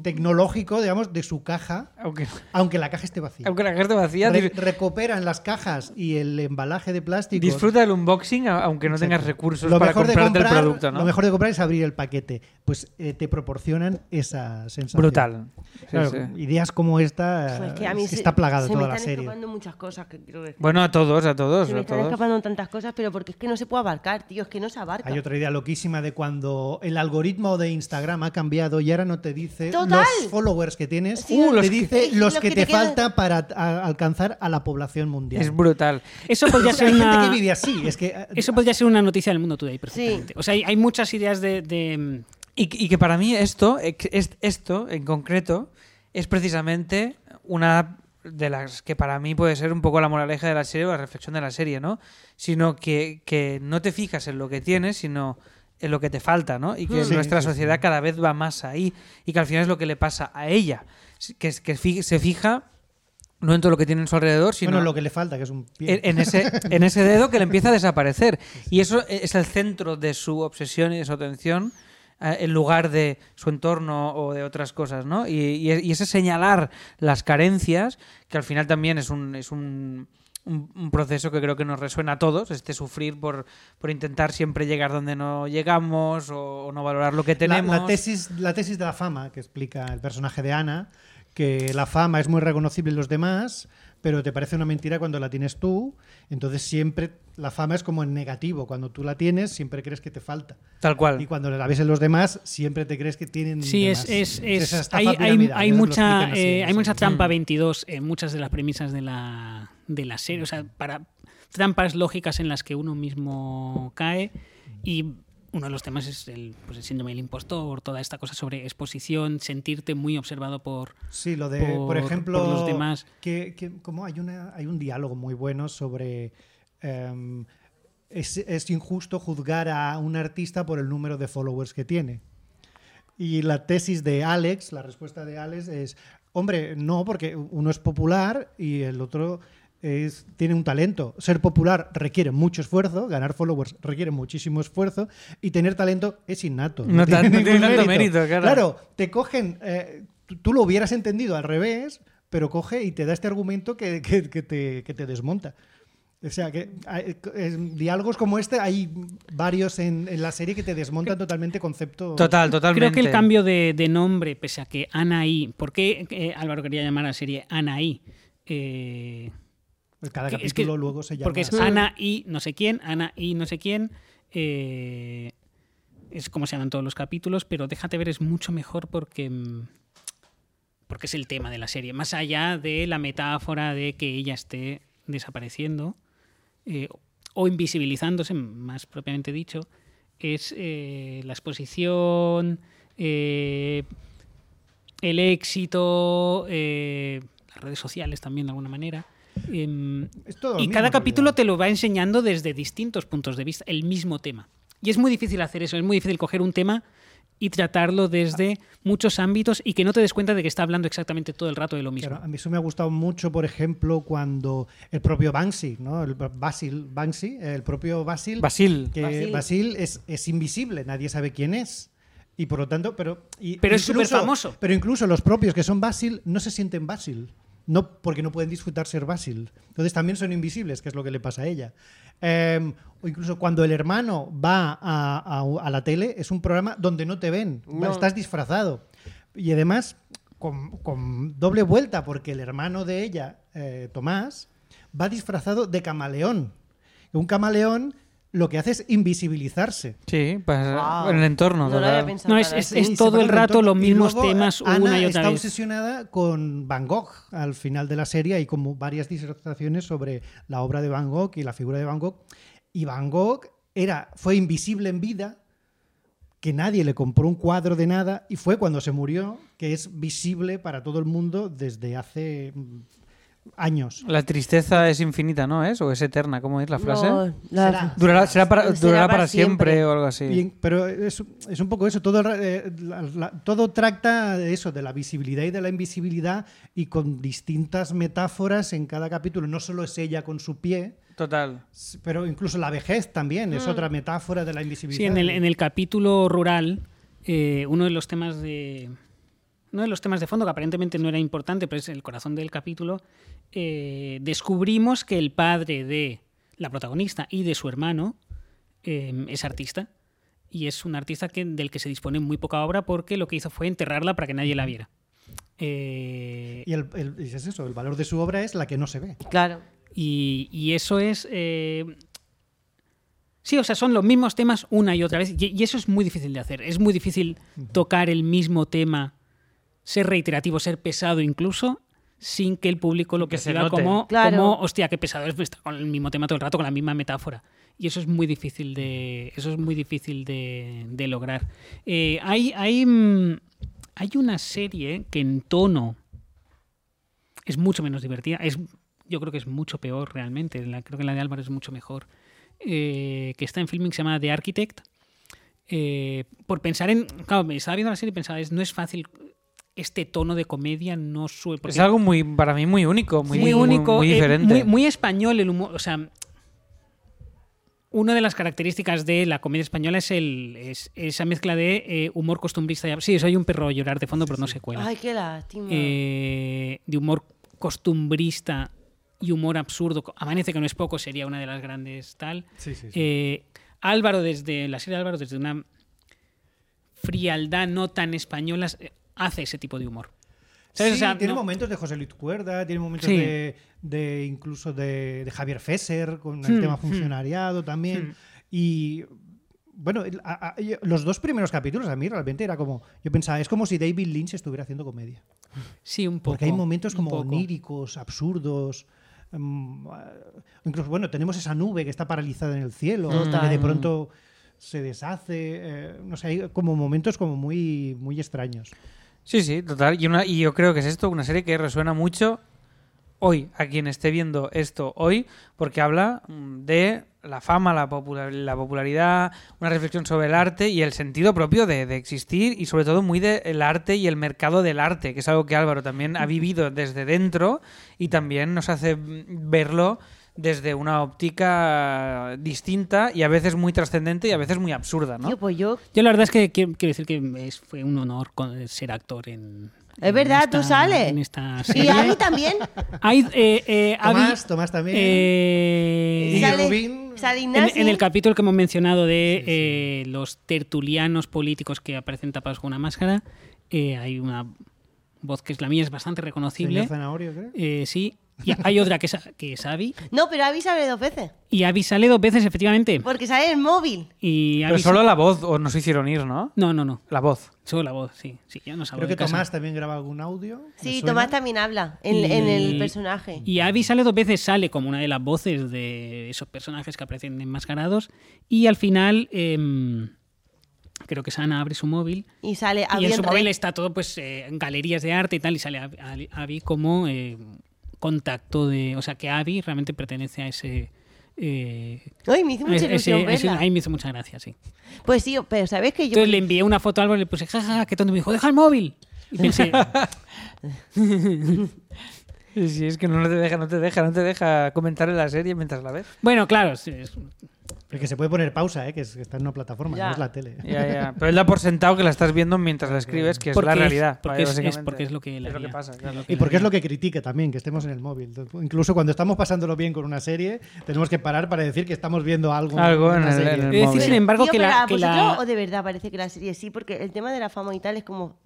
tecnológico, digamos, de su caja,
Aunque,
aunque la caja esté vacía.
aunque la gente vacía,
Re-
dis-
recuperan las cajas y el embalaje de plástico.
disfruta del unboxing a- aunque no tengas recursos para
mejor de
comprarte el
comprar-
producto, ¿no?
Lo mejor de comprar es abrir el paquete. Pues eh, te proporcionan esa sensación.
Brutal. Sí,
Claro,
sí.
Ideas como esta
Pues
eh,
que a mí se-
está plagada
se
toda
me
la
están
serie.
escapando muchas cosas que quiero decir.
Bueno, a todos, a todos,
se me
a
están
todos.
escapando tantas cosas, pero porque es que no se puede abarcar, tío, es que no se abarca.
Hay otra idea loquísima de cuando el algoritmo de Instagram ha cambiado ya ahora no te dice
Total.
los followers que tienes,
Sí, Uh,
te
los que- [laughs]
dice los que, te,
quedan.
falta para a- alcanzar a la población mundial.
Es brutal.
Eso
[laughs]
podría
O sea,
ser
hay
una...
gente que vive así, es que eh,
[laughs] Eso podría ser una noticia del mundo today, perfectamente. O sea, hay, hay muchas ideas de. de-
Y, que- y que para mí esto, ex- es- esto en concreto, es precisamente una de las que para mí puede ser un poco la moraleja de la serie o la reflexión de la serie, ¿no? Sino que, que no te fijas en lo que tienes, sino en lo que te falta, ¿no? Y que
Sí,
nuestra
sí, sí.
sociedad cada vez va más ahí y que al final es lo que le pasa a ella, que, es- que fi- se fija no en todo lo que tiene en su alrededor, sino
bueno, lo que le falta, que es un pie.
en, en ese, en ese dedo que le empieza a desaparecer. Y eso es el centro de su obsesión y de su atención eh, en lugar de su entorno o de otras cosas, ¿no? Y, y- y ese señalar las carencias, que al final también es un... Es un un- un proceso que creo que nos resuena a todos, este sufrir por, por intentar siempre llegar donde no llegamos o, o no valorar lo que
La-
tenemos.
La, tesis, la tesis de la fama que explica el personaje de Ana, que la fama es muy reconocible en los demás, pero te parece una mentira cuando la tienes tú. Entonces siempre la fama es como en negativo. Cuando tú la tienes, siempre crees que te falta.
Tal cual.
Y cuando la ves en los demás, siempre te crees que tienen.
Sí,
de
es,
más.
es, es-
Esa estafa
hay, hay-
piramidal,
hay
ya lo
mucha,
explican así,
eh, hay
sí. Mm.
mucha trampa 22 en muchas de las premisas de la, de la serie. O sea, para trampas lógicas en las que uno mismo cae. Y uno de los temas es el, pues, el síndrome del impostor, toda esta cosa sobre exposición, sentirte muy observado por.
Sí, lo de, por,
por-
ejemplo,
por los demás.
que, que- como hay, una, hay un diálogo muy bueno sobre em, es, es injusto juzgar a un artista por el número de followers que tiene. Y la tesis de Alex, la respuesta de Alex es, hombre, no, porque uno es popular y el otro es, tiene un talento. Ser popular requiere mucho esfuerzo, ganar followers requiere muchísimo esfuerzo y tener talento es innato.
No tan- no
ningún
tiene tanto mérito, claro.
te cogen, eh, tú- tú lo hubieras entendido al revés, pero coge y te da este argumento que, que- que te, que te desmonta. O sea, que hay- en diálogos como este hay varios en, en la serie que te desmontan totalmente concepto.
Total, totalmente.
Creo que el cambio de, de nombre, pese a que Anaí. ¿Por qué eh, Álvaro quería llamar a la serie Anaí? Eh,
Pues Cada
Que-
capítulo
es que-
luego se llama.
Porque es Ana y no sé quién, Ana y no sé quién. eh, es como se llaman todos los capítulos, pero déjate ver, es mucho mejor porque. mm, Porque es el tema de la serie. Más allá de la metáfora de que ella esté desapareciendo eh, o invisibilizándose, más propiamente dicho, es eh, la exposición, eh, el éxito, eh, las redes sociales también de alguna manera. em,
Es todo lo
y
mismo,
cada
en realidad.
capítulo te lo va enseñando desde distintos puntos de vista, el mismo tema. Y es muy difícil hacer eso, es muy difícil coger un tema y tratarlo desde muchos ámbitos y que no te des cuenta de que está hablando exactamente todo el rato de lo mismo.
Claro, a mí eso me ha gustado mucho, por ejemplo, cuando el propio Banksy, ¿no? El Basil, Banksy, el propio Basil,
Basil.
que
Basil.
Basil, es, es invisible, nadie sabe quién es. Y por lo tanto, pero. y-
Pero es
incluso-
superfamoso.
Pero incluso los propios que son Basil no se sienten Basil. No, porque no pueden disfrutar ser Basil. Entonces también son invisibles, que es lo que le pasa a ella. Eh, o incluso cuando el hermano va a, a- a la tele, es un programa donde no te ven.
No.
Estás disfrazado. Y además, con, con doble vuelta, porque el hermano de ella, eh, Tomás, va disfrazado de camaleón. Un camaleón lo que hace es invisibilizarse.
Sí, pasa-
Wow.
Ah, en el entorno.
No lo
total.
había pensado.
No, es,
para
es-
la
es
Sí, se
todo
van
el rato
retorno.
los
Y
mismos
luego,
temas
Ana
una y
está
otra vez.
obsesionada con Van Gogh al final de la serie. Hay como varias disertaciones sobre la obra de Van Gogh y la figura de Van Gogh. Y Van Gogh era, fue invisible en vida, que nadie le compró un cuadro de nada, y fue cuando se murió que es visible para todo el mundo desde hace mm, años.
La tristeza es infinita, ¿no es? ¿O es eterna? ¿Cómo es la frase?
No, la-
Será.
Durará, será para,
Será
durará
para
para siempre,
siempre.
o algo así.
Bien, pero es, es un poco eso, todo, el ra- eh, la- la- todo tracta de eso, de la visibilidad y de la invisibilidad y con distintas metáforas en cada capítulo. No solo es ella con su pie,
Total.
s- pero incluso la vejez también es otra metáfora de la invisibilidad.
Sí, en el, en el capítulo rural, eh, uno de los temas de. Uno de los temas de fondo, que aparentemente no era importante, pero es el corazón del capítulo, eh, descubrimos que el padre de la protagonista y de su hermano eh, es artista. Y es un artista que, del que se dispone muy poca obra porque lo que hizo fue enterrarla para que nadie la viera. Eh,
Y el- el- y es eso, el valor de su obra es la que no se ve.
Claro.
y, y eso es. eh, Sí, o sea, son los mismos temas una y otra vez. Y, y eso es muy difícil de hacer. Es muy difícil tocar el mismo tema, ser reiterativo, ser pesado incluso, sin que el público lo
Que se
perciba
note.
como,
Claro.
como, hostia, qué pesado es estar con el mismo tema todo el rato, con la misma metáfora. Y eso es muy difícil de. Eso es muy difícil de, de lograr. Eh, hay, hay, mm, hay una serie que en tono es mucho menos divertida. Es, yo creo que es mucho peor realmente. La- creo que la de Álvaro es mucho mejor. eh, que está en filming se llama The Architect. Eh, por pensar en. Claro, me estaba viendo la serie y pensaba, es, no es fácil. Este tono de comedia no suele. porque
Es algo muy, para mí, muy único, muy,
muy, único,
muy
eh,
diferente.
muy, muy español el humor. O sea, una de las características de la comedia española es, el, es- esa mezcla de eh, humor costumbrista. y- Sí, soy un perro a llorar de fondo, pero no se cuela.
Ay, qué lástima.
Eh, de humor costumbrista y humor absurdo. Amanece que no es poco, sería una de las grandes tal.
Sí, sí, sí.
Eh, Álvaro, desde la serie de Álvaro, desde una frialdad no tan española, eh, hace ese tipo de humor. ¿Sabes?
Sí,
O sea,
tiene
no-
momentos de José Luis Cuerda, tiene momentos
Sí.
de, de incluso de, de Javier Fesser con
Hmm,
el tema
hmm.
también funcionariado también.
Hmm.
Y bueno, el- a- a- yo- los dos primeros capítulos a mí realmente era como, yo pensaba, es como si David Lynch estuviera haciendo comedia.
Sí, un poco.
Porque hay momentos
un
como
poco.
oníricos, absurdos. mm, ah, incluso, bueno, tenemos esa nube que está paralizada en el cielo,
Total.
que de pronto se deshace. eh, no sé, hay como momentos como muy, muy extraños.
Sí, sí, total. Y, una, y yo creo que es esto, una serie que resuena mucho hoy, a quien esté viendo esto hoy, porque habla mm, de la fama, la, popular- la popularidad, una reflexión sobre el arte y el sentido propio de, de existir y sobre todo muy del arte y el mercado del arte, que es algo que Álvaro también ha vivido desde dentro y también nos hace mm, verlo desde una óptica distinta y a veces muy trascendente y a veces muy absurda, ¿no?
Tío, pues yo.
Yo la verdad es que quiero, quiero decir que es- fue un honor con- ser actor en.
Es
en
verdad, tú sales.
En esta
Y
serie. [laughs]
Abby también.
Hay, eh, eh, Abby,
Tomás, Tomás también.
eh,
Y
sale,
Rubín-
sale
en,
Ignacio.
en el capítulo que hemos mencionado de eh, los tertulianos políticos que aparecen tapados con una máscara, eh, hay una voz que es la mía, es bastante reconocible.
Señor Zanahoria,
Ah,
creo.
Eh, sí. Y hay otra que es, que es Abby.
No, pero Abby sale dos veces.
Y Abby sale dos veces, efectivamente.
Porque sale el móvil.
Y
Pero
Abby
solo la voz, o nos hicieron ir, ¿no?
No, no, no.
La voz.
Solo la voz, sí. Sí, ya nos habló
Creo que
de casa.
Tomás también graba algún audio. me
Sí,
suena.
Tomás también habla en,
Y-
en el personaje.
Y Abby sale dos veces, sale como una de las voces de esos personajes que aparecen enmascarados. Y al final, em, creo que Sana abre su móvil.
Y sale
y en
Abby
su
en
móvil
red.
está todo, pues, eh, en galerías de arte y tal. Y sale Ab- Ab- Abby como eh, contacto de. O sea, que Abby realmente pertenece a ese. eh,
Ay, me hizo
a
mucha
ese-
ilusión
a ese-
verla.
ahí me hizo mucha gracia, sí.
Pues sí, pero ¿sabes que yo
Entonces le envié una foto a Álvaro y le puse, jajaja, qué tonto. Y me dijo, deja el móvil. Y
[laughs]
pensé,
Sí, sí, es que no te deja, no te deja, no te deja comentar en la serie mientras la ves.
bueno, claro, es- es-
Porque se puede poner pausa, ¿eh? que, es- que está en una plataforma,
Ya.
no es la tele.
Ya, ya. Pero él da por sentado que la estás viendo mientras la escribes, que es
Porque
la
es-
realidad.
porque es- es-
básicamente.
porque es lo que él
Es lo
haría.
que pasa.
Es
claro.
lo que-
Y porque es lo que critica también, que estemos en el móvil. Incluso cuando estamos pasándolo bien con una serie, tenemos que parar para decir que estamos viendo algo,
Algo en
una
el-
serie.
en el
he de decir,
móvil.
sin embargo,
Tío,
que
pero pues,
la.
¿a
que
vosotros
la-
o de verdad parece que la serie sí? Porque el tema de la fama y tal es como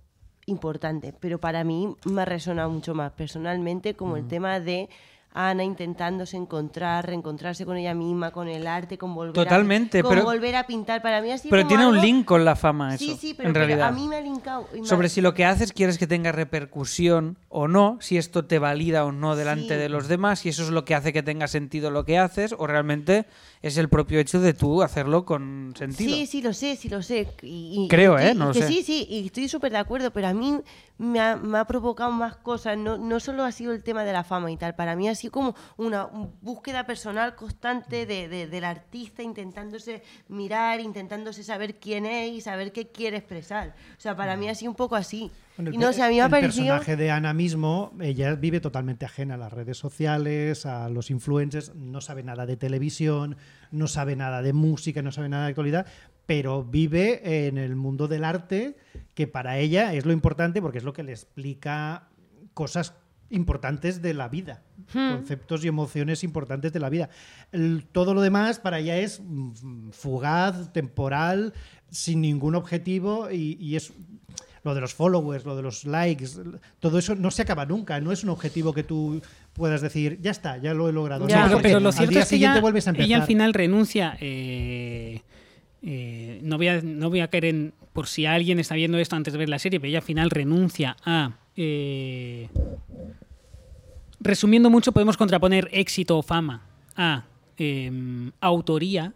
importante, pero para mí me ha resonado mucho más personalmente como
Mm.
el tema de Ana intentándose encontrar, reencontrarse con ella misma, con el arte, con volver
Totalmente,
a, con
pero-
volver a pintar. Para mí así
Pero tiene un link con la fama, eso.
Sí, sí, pero,
en
pero
realidad.
a mí me ha linkado. y me ha-
Sobre si lo que haces quieres que tenga repercusión o no, si esto te valida o no delante
Sí.
de los demás, si eso es lo que hace que tenga sentido lo que haces, o realmente es el propio hecho de tú hacerlo con sentido.
Sí, sí, lo sé, sí, lo sé. Y- y-
Creo, ¿eh?
y-
No lo
que
sé.
Sí, sí, y estoy súper de acuerdo, pero a mí me ha, me ha provocado más cosas. No, no solo ha sido el tema de la fama y tal, para mí ha sido como una búsqueda personal constante de, de- del artista intentándose mirar, intentándose saber quién es y saber qué quiere expresar. O sea, para mí ha sido un poco así.
Bueno, el
y no
pe-
sé, a mí me ha
el
parecido...
personaje de Ana mismo, ella vive totalmente ajena a las redes sociales, a los influencers, no sabe nada de televisión, no sabe nada de música, no sabe nada de actualidad, pero vive en el mundo del arte, que para ella es lo importante porque es lo que le explica cosas importantes de la vida,
Hmm.
conceptos y emociones importantes de la vida. El- todo lo demás para ella es mm, fugaz, temporal, sin ningún objetivo y, y es... Lo lo de los followers, lo de los likes, todo eso no se acaba nunca, no es un objetivo que tú puedas decir, ya está, ya lo he logrado.
Ya,
No,
pero,
porque
pero lo
al
cierto
día
es que
siguiente
ella,
vuelves a
ella
empezar.
al final renuncia. eh, eh, no, voy a, no voy a caer en. Por si alguien está viendo esto antes de ver la serie, pero ella al final renuncia a. eh, resumiendo mucho, podemos contraponer éxito o fama a em, autoría.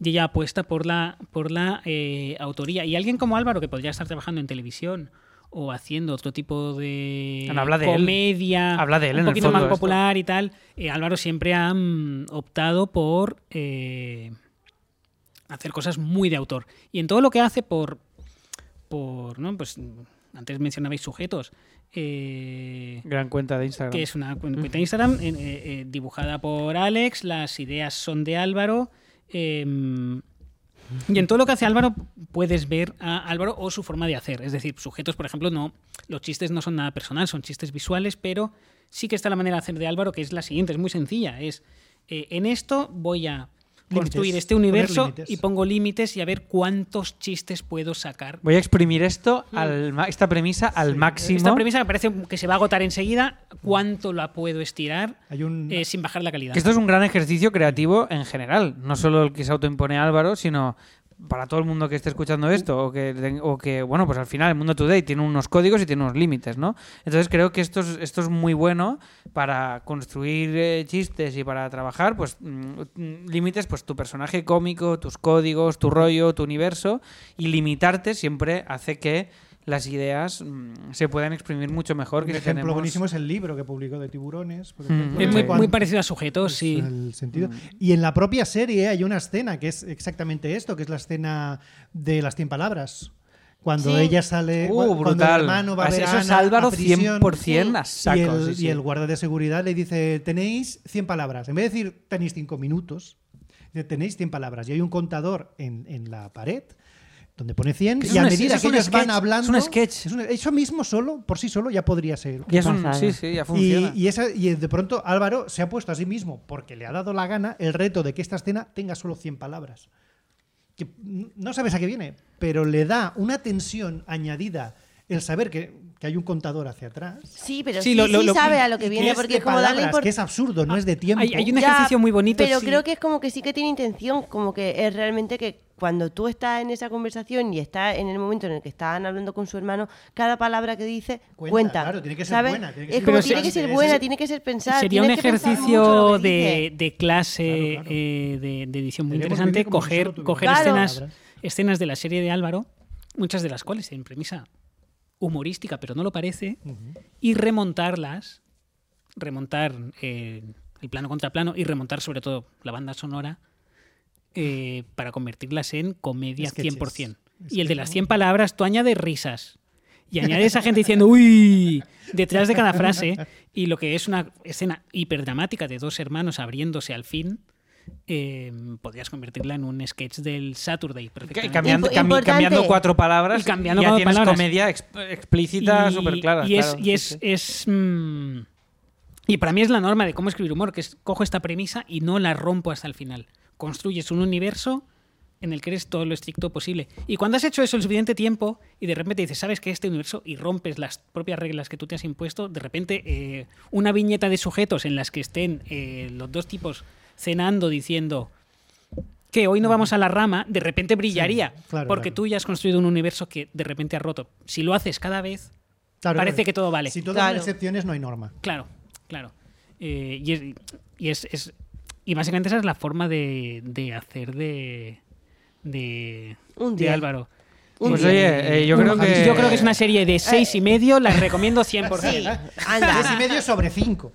Y ella apuesta por la, por la eh, autoría. Y alguien como Álvaro, que podría estar trabajando en televisión o haciendo otro tipo de
Bueno, habla de él.
comedia,
Habla de él
un
en el
poquito
fondo
más
esto.
popular y tal, eh, Álvaro siempre ha mm, optado por eh, hacer cosas muy de autor. Y en todo lo que hace por... por ¿no? pues, mm, antes mencionabais sujetos. eh,
Gran cuenta de Instagram.
que es una cu- cuenta de Instagram eh, eh, eh, dibujada por Alex, las ideas son de Álvaro. em, y en todo lo que hace Álvaro puedes ver a Álvaro o su forma de hacer. Es decir, sujetos, por ejemplo, no. Los chistes no son nada personal, son chistes visuales, pero sí que está la manera de hacer de Álvaro, que es la siguiente, es muy sencilla. Es eh, en esto voy a
Límites,
construir este
poner
universo
límites.
y pongo límites y a ver cuántos chistes puedo sacar
Voy a exprimir esto, al ma- esta premisa, al máximo.
Esta premisa me parece que se va a agotar enseguida. ¿Cuánto la puedo estirar
Hay un-
eh, sin bajar la calidad?
Que esto es un gran ejercicio creativo en general, no solo el que se autoimpone Álvaro, sino para todo el mundo que esté escuchando esto o que, ten- o que bueno, pues al final el mundo today tiene unos códigos y tiene unos límites, ¿no? Entonces creo que esto es, esto es muy bueno para construir eh, chistes y para trabajar, pues mm, mm, límites, pues tu personaje cómico, tus códigos, tu rollo, tu universo y limitarte siempre hace que las ideas mm, se puedan exprimir mucho mejor que
un
si
ejemplo
tenemos-
buenísimo es el libro que publicó de tiburones. por
Mm.
ejemplo,
Hmm. es muy,
cuando-
muy parecido a sujetos,
Es
sí.
el sentido. Y en la propia serie hay una escena que es exactamente esto, que es la escena de las 100 palabras. Cuando
Sí.
ella sale,
Uh,
cua- Eh, cuando el
brutal. Ah,
hermano va a ver
Eso
a
es
Ana a
Álvaro
prisión,
100% a
y
saco.
el,
sí, sí.
y el guardia de seguridad le dice, tenéis 100 palabras. En vez de decir, tenéis 5 minutos, dice, tenéis 100 palabras. Y hay un contador en, en la pared donde pone 100
Es
y a
un es-
medida
es
que
un
ellos
sketch,
van hablando...
es un sketch.
es un- eso mismo solo, por sí solo, ya podría ser
Ya es un-
pasada.
sí, sí, ya
y,
funciona.
y esa- y de pronto Álvaro se ha puesto a sí mismo, porque le ha dado la gana, el reto de que esta escena tenga solo 100 palabras. Que n- no sabes a qué viene, pero le da una tensión añadida el saber que, que hay un contador hacia atrás.
Sí, pero
Sí,
sí,
lo- lo-
sí
lo-
sabe a lo
Y
que viene,
es
porque
de
es como darle Ah,
palabras, que
importancia.
es absurdo, no es de tiempo.
Hay- hay una- un ejercicio muy bonito,
Pero
sí.
creo que es como que sí que tiene intención, como que es realmente que cuando tú estás en esa conversación y estás en el momento en el que están hablando con su hermano, cada palabra que dice
Cuenta,
cuenta.
claro, tiene que ser
¿sabes?
buena, tiene que
es
ser
como
Pero
tiene que
sí,
ser
sí,
buena,
sí.
tiene que ser pensada.
Sería un ejercicio de, de clase
Claro, claro.
eh, de, de edición muy
Tenemos
interesante
que ver cómo
coger,
solo tuvimos
coger
Claro.
escenas,
palabras.
escenas de la serie de Álvaro, muchas de las cuales tienen premisa humorística, pero no lo parece, y remontarlas, remontar eh, el plano contra plano y remontar sobre todo la banda sonora eh, para convertirlas en comedia
Sketches.
100%.
Es
Y el
que
de las
no.
100 palabras, tú añades risas. Y añades a gente diciendo, uy, detrás de cada frase. Y lo que es una escena hiperdramática de dos hermanos abriéndose al fin, eh, podrías convertirla en un sketch del Saturday.
Que-
perfectamente.
Cambiando,
Impo-
cami-
importante.
cambiando cuatro palabras
Y cambiando
ya
cuatro
tienes
palabras.
comedia ex- explícita
Y-
súper clara.
Y, es, y, es, es, mm, y para mí es la norma de cómo escribir humor, que es cojo esta premisa y no la rompo hasta el final. Construyes un universo en el que eres todo lo estricto posible. Y cuando has hecho eso el suficiente tiempo y de repente dices, ¿sabes que Este universo y rompes las propias reglas que tú te has impuesto, de repente eh, una viñeta de sujetos en las que estén eh, los dos tipos cenando diciendo que hoy no vamos a la rama, de repente brillaría,
claro,
porque
claro.
tú ya has construido un universo que de repente has roto. Si lo haces cada vez, Parece que todo vale.
Si todas
Claro.
son excepciones, no hay norma.
Claro, claro. Eh, y es, y es- es- y básicamente esa es la forma de, de hacer de, de,
Un
de
día.
Álvaro.
Un
Pues
día. Eh,
oye, eh, yo creo que...
Yo creo que es una serie de seis y medio, la recomiendo 100%.
[laughs] Sí,
Tres y
[laughs]
anda,
medio sobre cinco.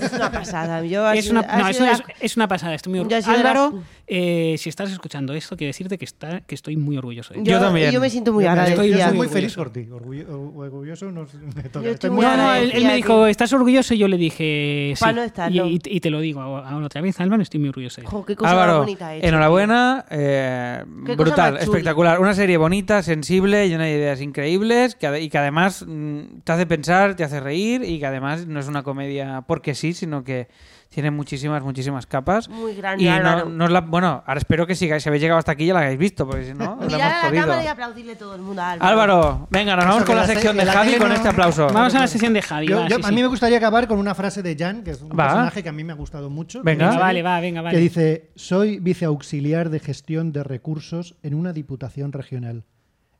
es una pasada. Yo ha
Es
sido-
una,
ha
no, es,
sido
una,
la-
es una pasada. Estoy muy
Yo ha
orgulloso.
sido la-
Álvaro, eh, si estás escuchando esto, quiero decirte que, está, que estoy muy orgulloso de ti.
Yo también.
Yo me siento muy
Yo- yo
agradecida.
soy muy
orgulloso.
feliz por ti. Orgullo- Orgulloso, no me toca.
Yo estoy muy
No, no, él, él me
Fíjate.
dijo, ¿estás orgulloso? Y yo le dije, sí.
Pa' no estarlo.
y, y- y te lo digo ahora otra vez, Álvaro, estoy muy orgulloso de ti.
Jo, qué cosa más
Álvaro,
bonita ha hecho.
enhorabuena, eh,
Qué cosa
brutal,
más chuli.
espectacular. Una serie bonita, sensible, llena de ideas increíbles que, ade- y que además mm, te hace pensar, te hace reír y que además no es una comedia porque sí, sino que Tiene muchísimas, muchísimas capas.
Muy
Y
grande,
no,
Álvaro.
no os la- bueno, ahora espero que sigáis, si habéis llegado hasta aquí ya la habéis visto, porque si
[laughs]
no, os la
Mirar
hemos
a la cámara y
jodido.
aplaudirle todo el mundo a Álvaro.
Álvaro, venga, nos vamos
Eso,
con
que
la
la
sección
tele-
de
la
Javi
tele
con
no-
este aplauso.
Vamos a la sesión de Javi.
Yo-
va,
yo-
sí,
a
sí.
mí me gustaría acabar con una frase de Jan, que es un
Va.
personaje que a mí me ha gustado mucho.
Venga.
de la
Venga, vale,
serie,
va, venga, vale.
Que ¿Ah? dice, soy viceauxiliar de gestión de recursos en una diputación regional.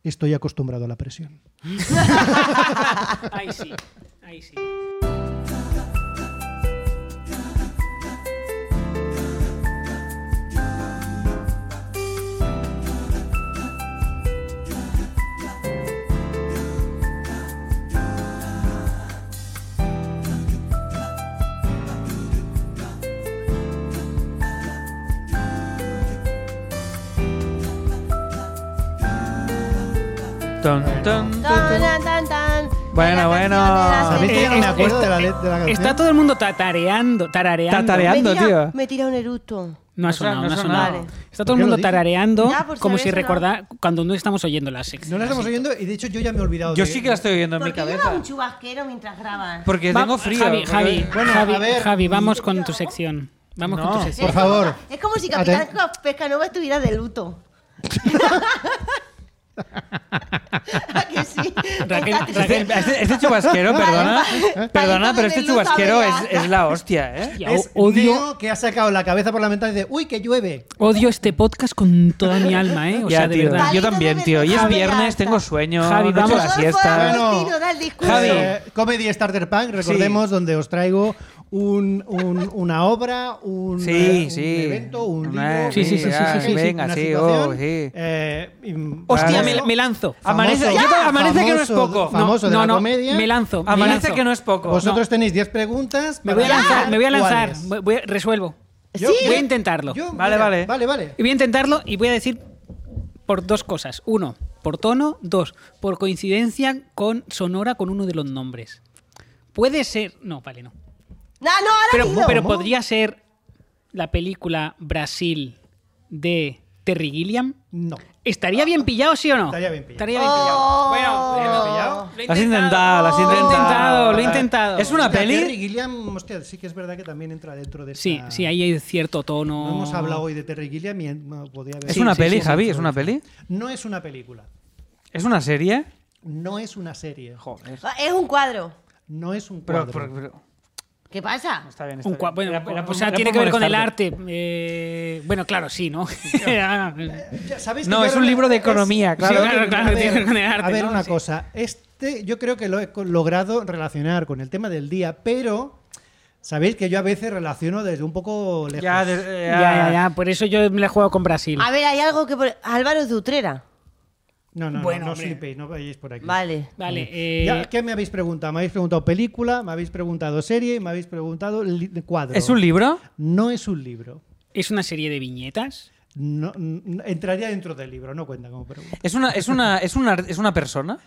Estoy acostumbrado a la presión.
Ahí sí, ahí sí.
Ton, ton, ton, ton.
Tan, tan, tan.
Bueno,
La canción
bueno.
de la
¿Sabéis que
serie.
yo
Eh,
no me acuerdo de la, let- de la canción?
Está todo el mundo tatareando, tarareando.
Tatareando.
Me tira,
tío.
me tira un eructo.
No ha
No suena,
sonado,
no
no ha
suena.
sonado.
Vale.
Está todo el
¿Por qué lo
mundo
dices?
tarareando
Ya, por si
como si
habéis
recordar cuando no estamos oyendo la sección.
No la estamos oyendo y de hecho yo ya me he olvidado
Yo
de-
sí que la estoy oyendo en mi
Porque lleva
cabeza.
un chubasquero mientras grabas.
Porque
Va-
tengo frío.
Javi,
porque-
Javi,
Bueno, a
Javi,
ver.
Javi, vamos con tu sección. Vamos
No.
con tu
Por
sección.
favor.
Es como si Capitán
Aten-
Pescanova estuviera de
[laughs]
luto. [laughs] ¿A que sí?
Raquel-
Está
Raquel-
Este, este- este
[laughs]
chubasquero, perdona, perdona, pero este chubasquero es, es la hostia, ¿eh?
Ya,
Es
o- odio,
Neo que ha sacado la cabeza por la ventana y dice, uy, que llueve.
odio este podcast con toda mi alma, ¿eh? O
Ya,
sea, de
tío.
verdad.
Yo también, tío. Y es
Javi,
viernes,
basta.
tengo sueño.
Javi,
no he hecho
vamos.
la
Rodolfo
siesta.
Agostino, da el discurso.
Javi.
Eh, Comedy Starter Punk, recordemos, donde os traigo un- un- una obra, un,
Sí,
eh,
sí.
un evento, un
Una-
libro.
sí, sí, sí, sí,
una-
sí, sí.
Venga,
una
sí,
situación,
oh, sí.
eh, y-
Hostia,
Claro.
me, me lanzo.
Amanece-
Famoso-
yo te- amanece que no es
famoso-
poco.
Famoso de
no,
la
no,
comedia.
Me lanzo. me
Amanece
lanzo.
que no es poco.
Vosotros tenéis 10 preguntas.
Me voy a
para
lanzar,
adivinar
me voy a lanzar.
cuáles.
Voy- voy- resuelvo.
Yo-
Voy a intentarlo.
yo-
Vale,
mira,
vale.
Vale, vale.
Voy a intentarlo y voy a decir por dos cosas. Uno, por tono. Dos, por coincidencia con sonora con uno de los nombres. Puede ser. No, vale, no.
No, no, ahora
Pero,
dilo.
pero podría ser la película Brasil de Terry Gilliam.
No.
¿Estaría bien pillado, sí o no?
Estaría bien pillado.
Estaría bien
Oh.
pillado. Bueno,
¿Pillado?
lo he
Lo has intentado, lo has
Lo he
intentado.
intentado, lo he intentado.
Es una
Mira,
peli.
Terry Gilliam, hostia, sí que es verdad que también entra dentro de
Sí,
esta-
sí, ahí hay cierto tono.
Ah. No hemos hablado hoy de Terry Gilliam y no podía haber...
Es una
sí,
peli,
sí, sí,
Javi, es una peli.
No es una película.
Es una serie.
No es una serie.
Joder.
Es un cuadro.
No es un
Pero,
cuadro.
pero- pero-
¿Qué pasa?
está bien, está
Un cua-
bien.
bueno,
Era- era
o
por-
sea,
era
tiene
por
que ver con el
molestarte.
arte. eh, bueno, claro, sí, ¿no?
[laughs]
[laughs]
Ya sabéis que
No,
yo
es un
ahora-
libro de economía,
es-
claro.
Sí, claro, claro,
a ver,
tiene que ver con el arte,
A ver,
¿no?
una
Sí.
cosa. Este, yo creo que lo he co- logrado relacionar con el tema del día, pero sabéis que yo a veces relaciono desde un poco lejos.
Ya, de- eh,
ya, eh, ya, ya, por eso yo me la he jugado con Brasil.
A ver, hay algo que... por- Álvaro es de Utrera.
No, no,
Bueno,
no, no
hombre.
flipéis, no vayáis por aquí.
Vale.
Vale,
Ya,
eh,
¿Qué me habéis preguntado? Me habéis preguntado película, me habéis preguntado serie, me habéis preguntado li- cuadro.
¿Es un libro?
No es un libro.
es una serie de viñetas.
No, n- entraría dentro del libro, no cuenta como pregunta.
¿Es una, es una, es una, es una persona?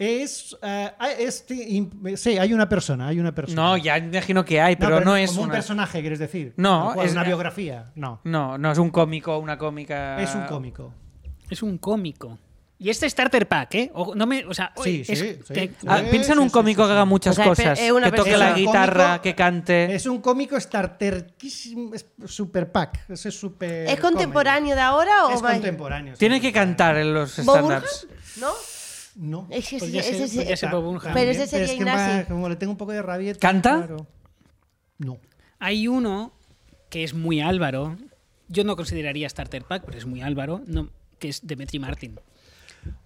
Es, eh, ah, este, im- sí, hay una persona, hay una persona.
No, ya imagino que hay, pero no, es
como un
una.
personaje, quieres decir.
No,
Tal cual,
es-
una biografía. No,
No, no es un cómico, una cómica.
es un cómico.
Es un cómico. Y este starter pack, ¿eh? Ojo, no me, o sea,
Sí,
es-
sí, sí.
que- pues
Ah,
Sí,
piensa en
sí,
un
sí,
cómico
sí,
que haga
sí.
muchas
O sea,
cosas.
es una
Que toque
persona.
la guitarra,
Cómico-
que cante.
Es un cómico starter super pack. Ese es super
¿Es contemporáneo de ahora o
comedy. Eh, Es
más-
contemporáneo. sí.
Tiene que cantar en los
¿Bob Burhan?
estándares.
¿No?
No. Pues
Es que sí,
Podría
ese
ser-
sí.
podría ser Bob Burnham.
Pero ese
Pero
sería
es que más-
Ignacio.
como le tengo un poco de rabia.
¿Canta?
No.
Hay uno que es muy Álvaro. Yo no consideraría starter pack, pero es muy Álvaro. No, que es Demetri Martin.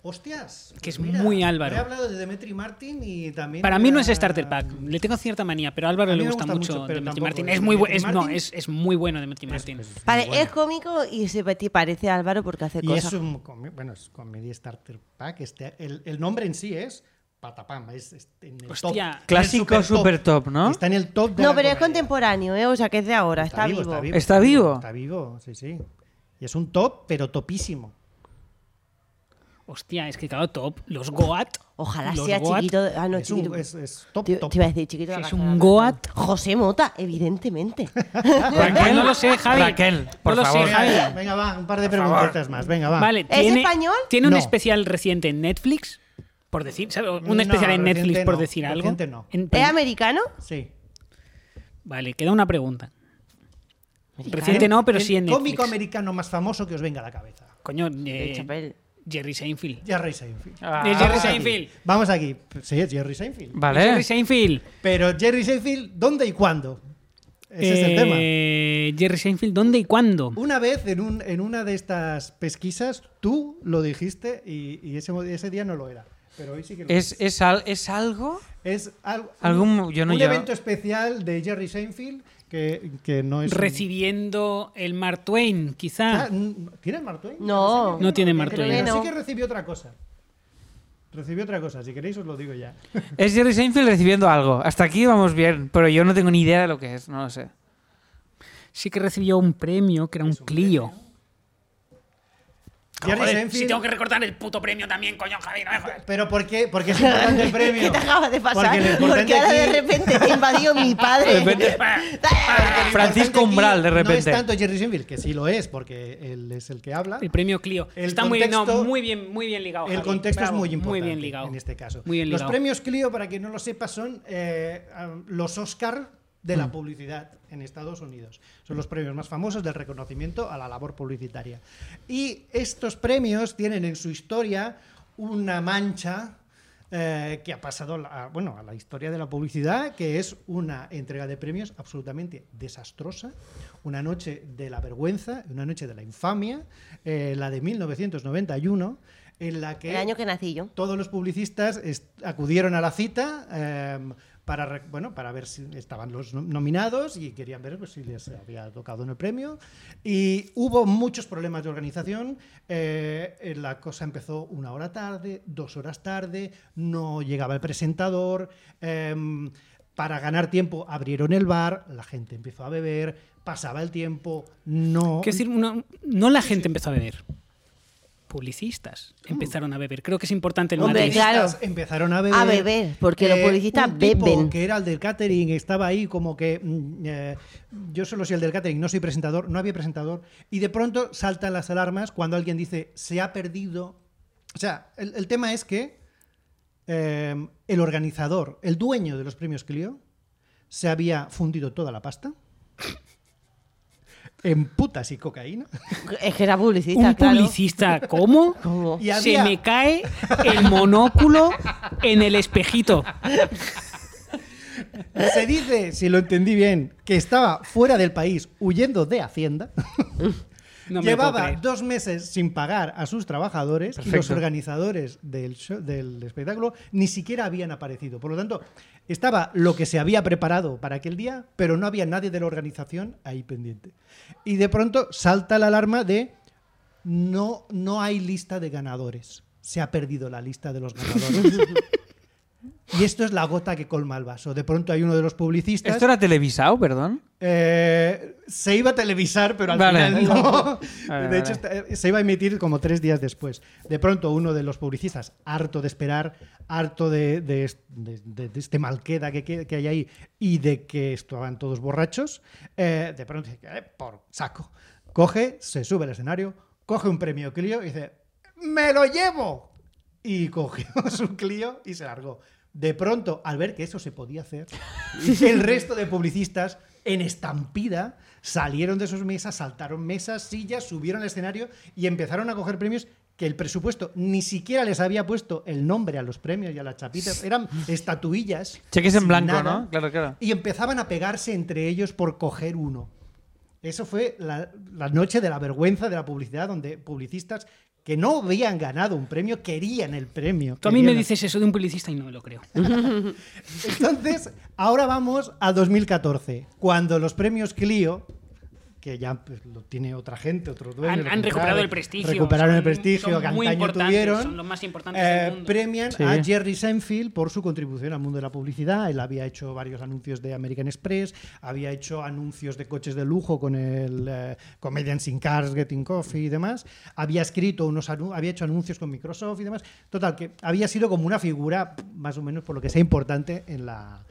Hostias. pues
Que es muy Álvaro.
He hablado de Demetri Martin y también.
Para mí no es
era-
starter pack. Le tengo cierta manía, pero a Álvaro
A mí
le
me
gusta,
gusta
mucho,
mucho, pero
Demetri
tampoco
Martin.
es
Es muy bueno.
Demetri
Es, no,
Martin.
es, es muy bueno Demetri Martin.
Vale, es cómico y se pa- te parece a Álvaro porque hace
Y
cosas.
es un comi- bueno, es Comedy Starter Pack. Este, el, el nombre en sí es Patapam. Es, es en el top.
Hostia.
En el
Clásico super top, ¿no?
Está en el top de
No,
la
pero es
comedia.
contemporáneo, ¿eh? O sea, que es de ahora, está, vivo.
¿Está vivo?
Está vivo, sí, sí. Y es un top, pero topísimo.
Hostia, es que claro, top. Los Goat.
Ojalá
los
sea
Goat.
chiquito. Ah, no,
es,
chiquito.
un, es, es top,
te,
top.
te iba a decir chiquito. de la
Es
Barcelona.
un Goat.
José Mota, evidentemente.
Pues
[laughs]
no lo sé, Javi.
Raquel, por
no lo
favor.
sé,
Venga,
Javi.
venga, venga, va, un par de preguntas más. Venga, va.
Vale,
¿Es
tiene-
español?
Tiene
No.
un especial reciente en Netflix, por decir, ¿sabes? un
No,
especial en
reciente
Netflix, por
Eh,
no,
decir algo.
reciente no.
En-
¿Es americano?
Sí.
Vale, queda una pregunta.
Americano.
Reciente no, pero
el
sí en Netflix.
cómico americano más famoso que os venga a la cabeza.
Coño,
De pues.
eh,
Chappelle.
Jerry Seinfeld.
Jerry Seinfeld.
Eh,
Ah,
Jerry
Vamos aquí.
Seinfeld.
Vamos aquí. Sí, es Jerry Seinfeld.
Jerry
vale.
Seinfeld.
Pero Jerry Seinfeld, ¿dónde y cuándo? Ese es el tema.
Eh, Jerry Seinfeld, ¿dónde y cuándo?
Una vez en, un- en una de estas pesquisas tú lo dijiste y, y ese, mo- ese día no lo era. Pero hoy sí que lo
Es, es, al- es algo.
Es al-
Algún-
un,
yo no
un
llevo-
evento especial de Jerry Seinfeld que, que no es. un-
Recibiendo el Mark Twain,
Ah,
quizá.
n- ¿Tiene Mark Twain?
No.
No tiene ¿eh? Mark
Pero
Creo
Twain.
que
sí
no.
que recibió otra cosa. Recibió otra cosa, si queréis os lo digo ya.
Es Jerry Seinfeld recibiendo algo. Hasta aquí vamos bien, pero yo no tengo ni idea de lo que es, no lo sé.
Sí que recibió un premio, que era un Clio.
Jerry
Joder,
Seinfeld.
si tengo que recortar el puto premio también, coño, Javier. no me jodas.
Pero ¿por qué? Porque es
[laughs]
importante el premio.
¿Qué te acaba de pasar?
Porque lo
Porque,
importante
ahora de
aquí-
repente te invadió mi padre.
Eh,
De
[laughs]
[laughs]
repente-
lo
Francisco
importante
Umbral, de
aquí No es
repente.
tanto Jerry Seinfeld, que sí lo es, porque él es el que habla.
El premio Clio.
El
Está muy,
contexto-
no, muy bien, muy bien ligado.
El
Javi.
contexto
Bravo,
es muy importante
Muy bien ligado.
en este caso.
Muy bien
los
ligado.
premios Clio, para quien no lo sepa, son eh, um, los Oscar de la publicidad en Estados Unidos. Son los premios más famosos del reconocimiento a la labor publicitaria. Y estos premios tienen en su historia una mancha eh, que ha pasado a, bueno, a la historia de la publicidad, que es una entrega de premios absolutamente desastrosa, una noche de la vergüenza, una noche de la infamia, eh, la de 1991, en la que
El año que nací yo.
todos los publicistas est- acudieron a la cita eh, para, re- bueno, para ver si estaban los nom- nominados y querían ver pues, si les había tocado en el premio. Y hubo muchos problemas de organización. eh, eh, la cosa empezó una hora tarde, dos horas tarde, no llegaba el presentador. em, para ganar tiempo abrieron el bar, la gente empezó a beber, pasaba el tiempo, no...
Quiero decir, no, no la gente empezó a beber. Publicistas empezaron a beber. Creo que es importante el
Hombre,
matiz.
claro.
publicistas empezaron a beber. eh,
A beber, porque los publicistas
un tipo
beben.
que era el del catering, estaba ahí como que mm, eh, yo solo soy el del catering, no soy presentador, no había presentador. Y de pronto saltan las alarmas cuando alguien dice se ha perdido. O sea, el, el tema es que eh, el organizador, el dueño de los premios Clio, se había fundido toda la pasta [laughs] en putas y cocaína.
Es que era publicista,
Un
claro.
publicista,
[laughs]
¿cómo?
¿Cómo?
Y
Se
había-
me cae el monóculo en el espejito.
Se dice, si lo entendí bien, que estaba fuera del país huyendo de Hacienda.
No me lo puedo
Llevaba
creer.
dos meses sin pagar a sus trabajadores y los
Perfecto.
organizadores del, show- del espectáculo ni siquiera habían aparecido. Por lo tanto, estaba lo que se había preparado para aquel día, pero no había nadie de la organización ahí pendiente. Y de pronto salta la alarma de no, no hay lista de ganadores. Se ha perdido la lista de los ganadores.
[laughs]
y esto es la gota que colma el vaso. De pronto hay uno de los publicistas.
¿Esto era televisado, perdón?
Eh, se iba a televisar, pero al
Vale.
final no.
Vale,
[laughs] de hecho,
vale.
esta- eh, se iba a emitir como tres días después. De pronto, uno de los publicistas, harto de esperar, harto de, de est- de- de- de este malqueda que, que- que hay ahí y de que estaban todos borrachos, eh, de pronto dice, "Eh, por saco. Coge, se sube al escenario, coge un premio Clio y dice, ¡me lo llevo! Y cogió su Clio y se largó. De pronto, al ver que eso se podía
[laughs]
hacer, el resto de publicistas, en estampida, salieron de sus mesas, saltaron mesas, sillas, subieron al escenario y empezaron a coger premios que el presupuesto ni siquiera les había puesto el nombre a los premios y a las chapitas. Eran estatuillas.
Cheques en
sin
blanco,
nada,
¿no? Claro, claro.
Y empezaban a pegarse entre ellos por coger uno. Eso fue la, la noche de la vergüenza de la publicidad, donde publicistas que no habían ganado un premio querían el premio.
Tú a mí me
querían-
dices eso de un publicista y no me lo creo. [laughs]
Entonces, ahora vamos a 2014, cuando los premios Clio que ya pues, lo tiene otra gente, otro dueño.
Han,
lo
han recuperado
compraron,
el prestigio.
Recuperaron
Son-
el prestigio
son
que
muy
antaño
importantes,
tuvieron.
Son los más importantes
Eh,
del mundo.
Premian
Sí.
a Jerry Seinfeld por su contribución al mundo de la publicidad. Él había hecho varios anuncios de American Express, había hecho anuncios de coches de lujo con el eh, Comedians in Cars, Getting Coffee y demás. Había escrito unos anu- había hecho anuncios con Microsoft y demás. Total, que había sido como una figura, más o menos por lo que sea importante en la.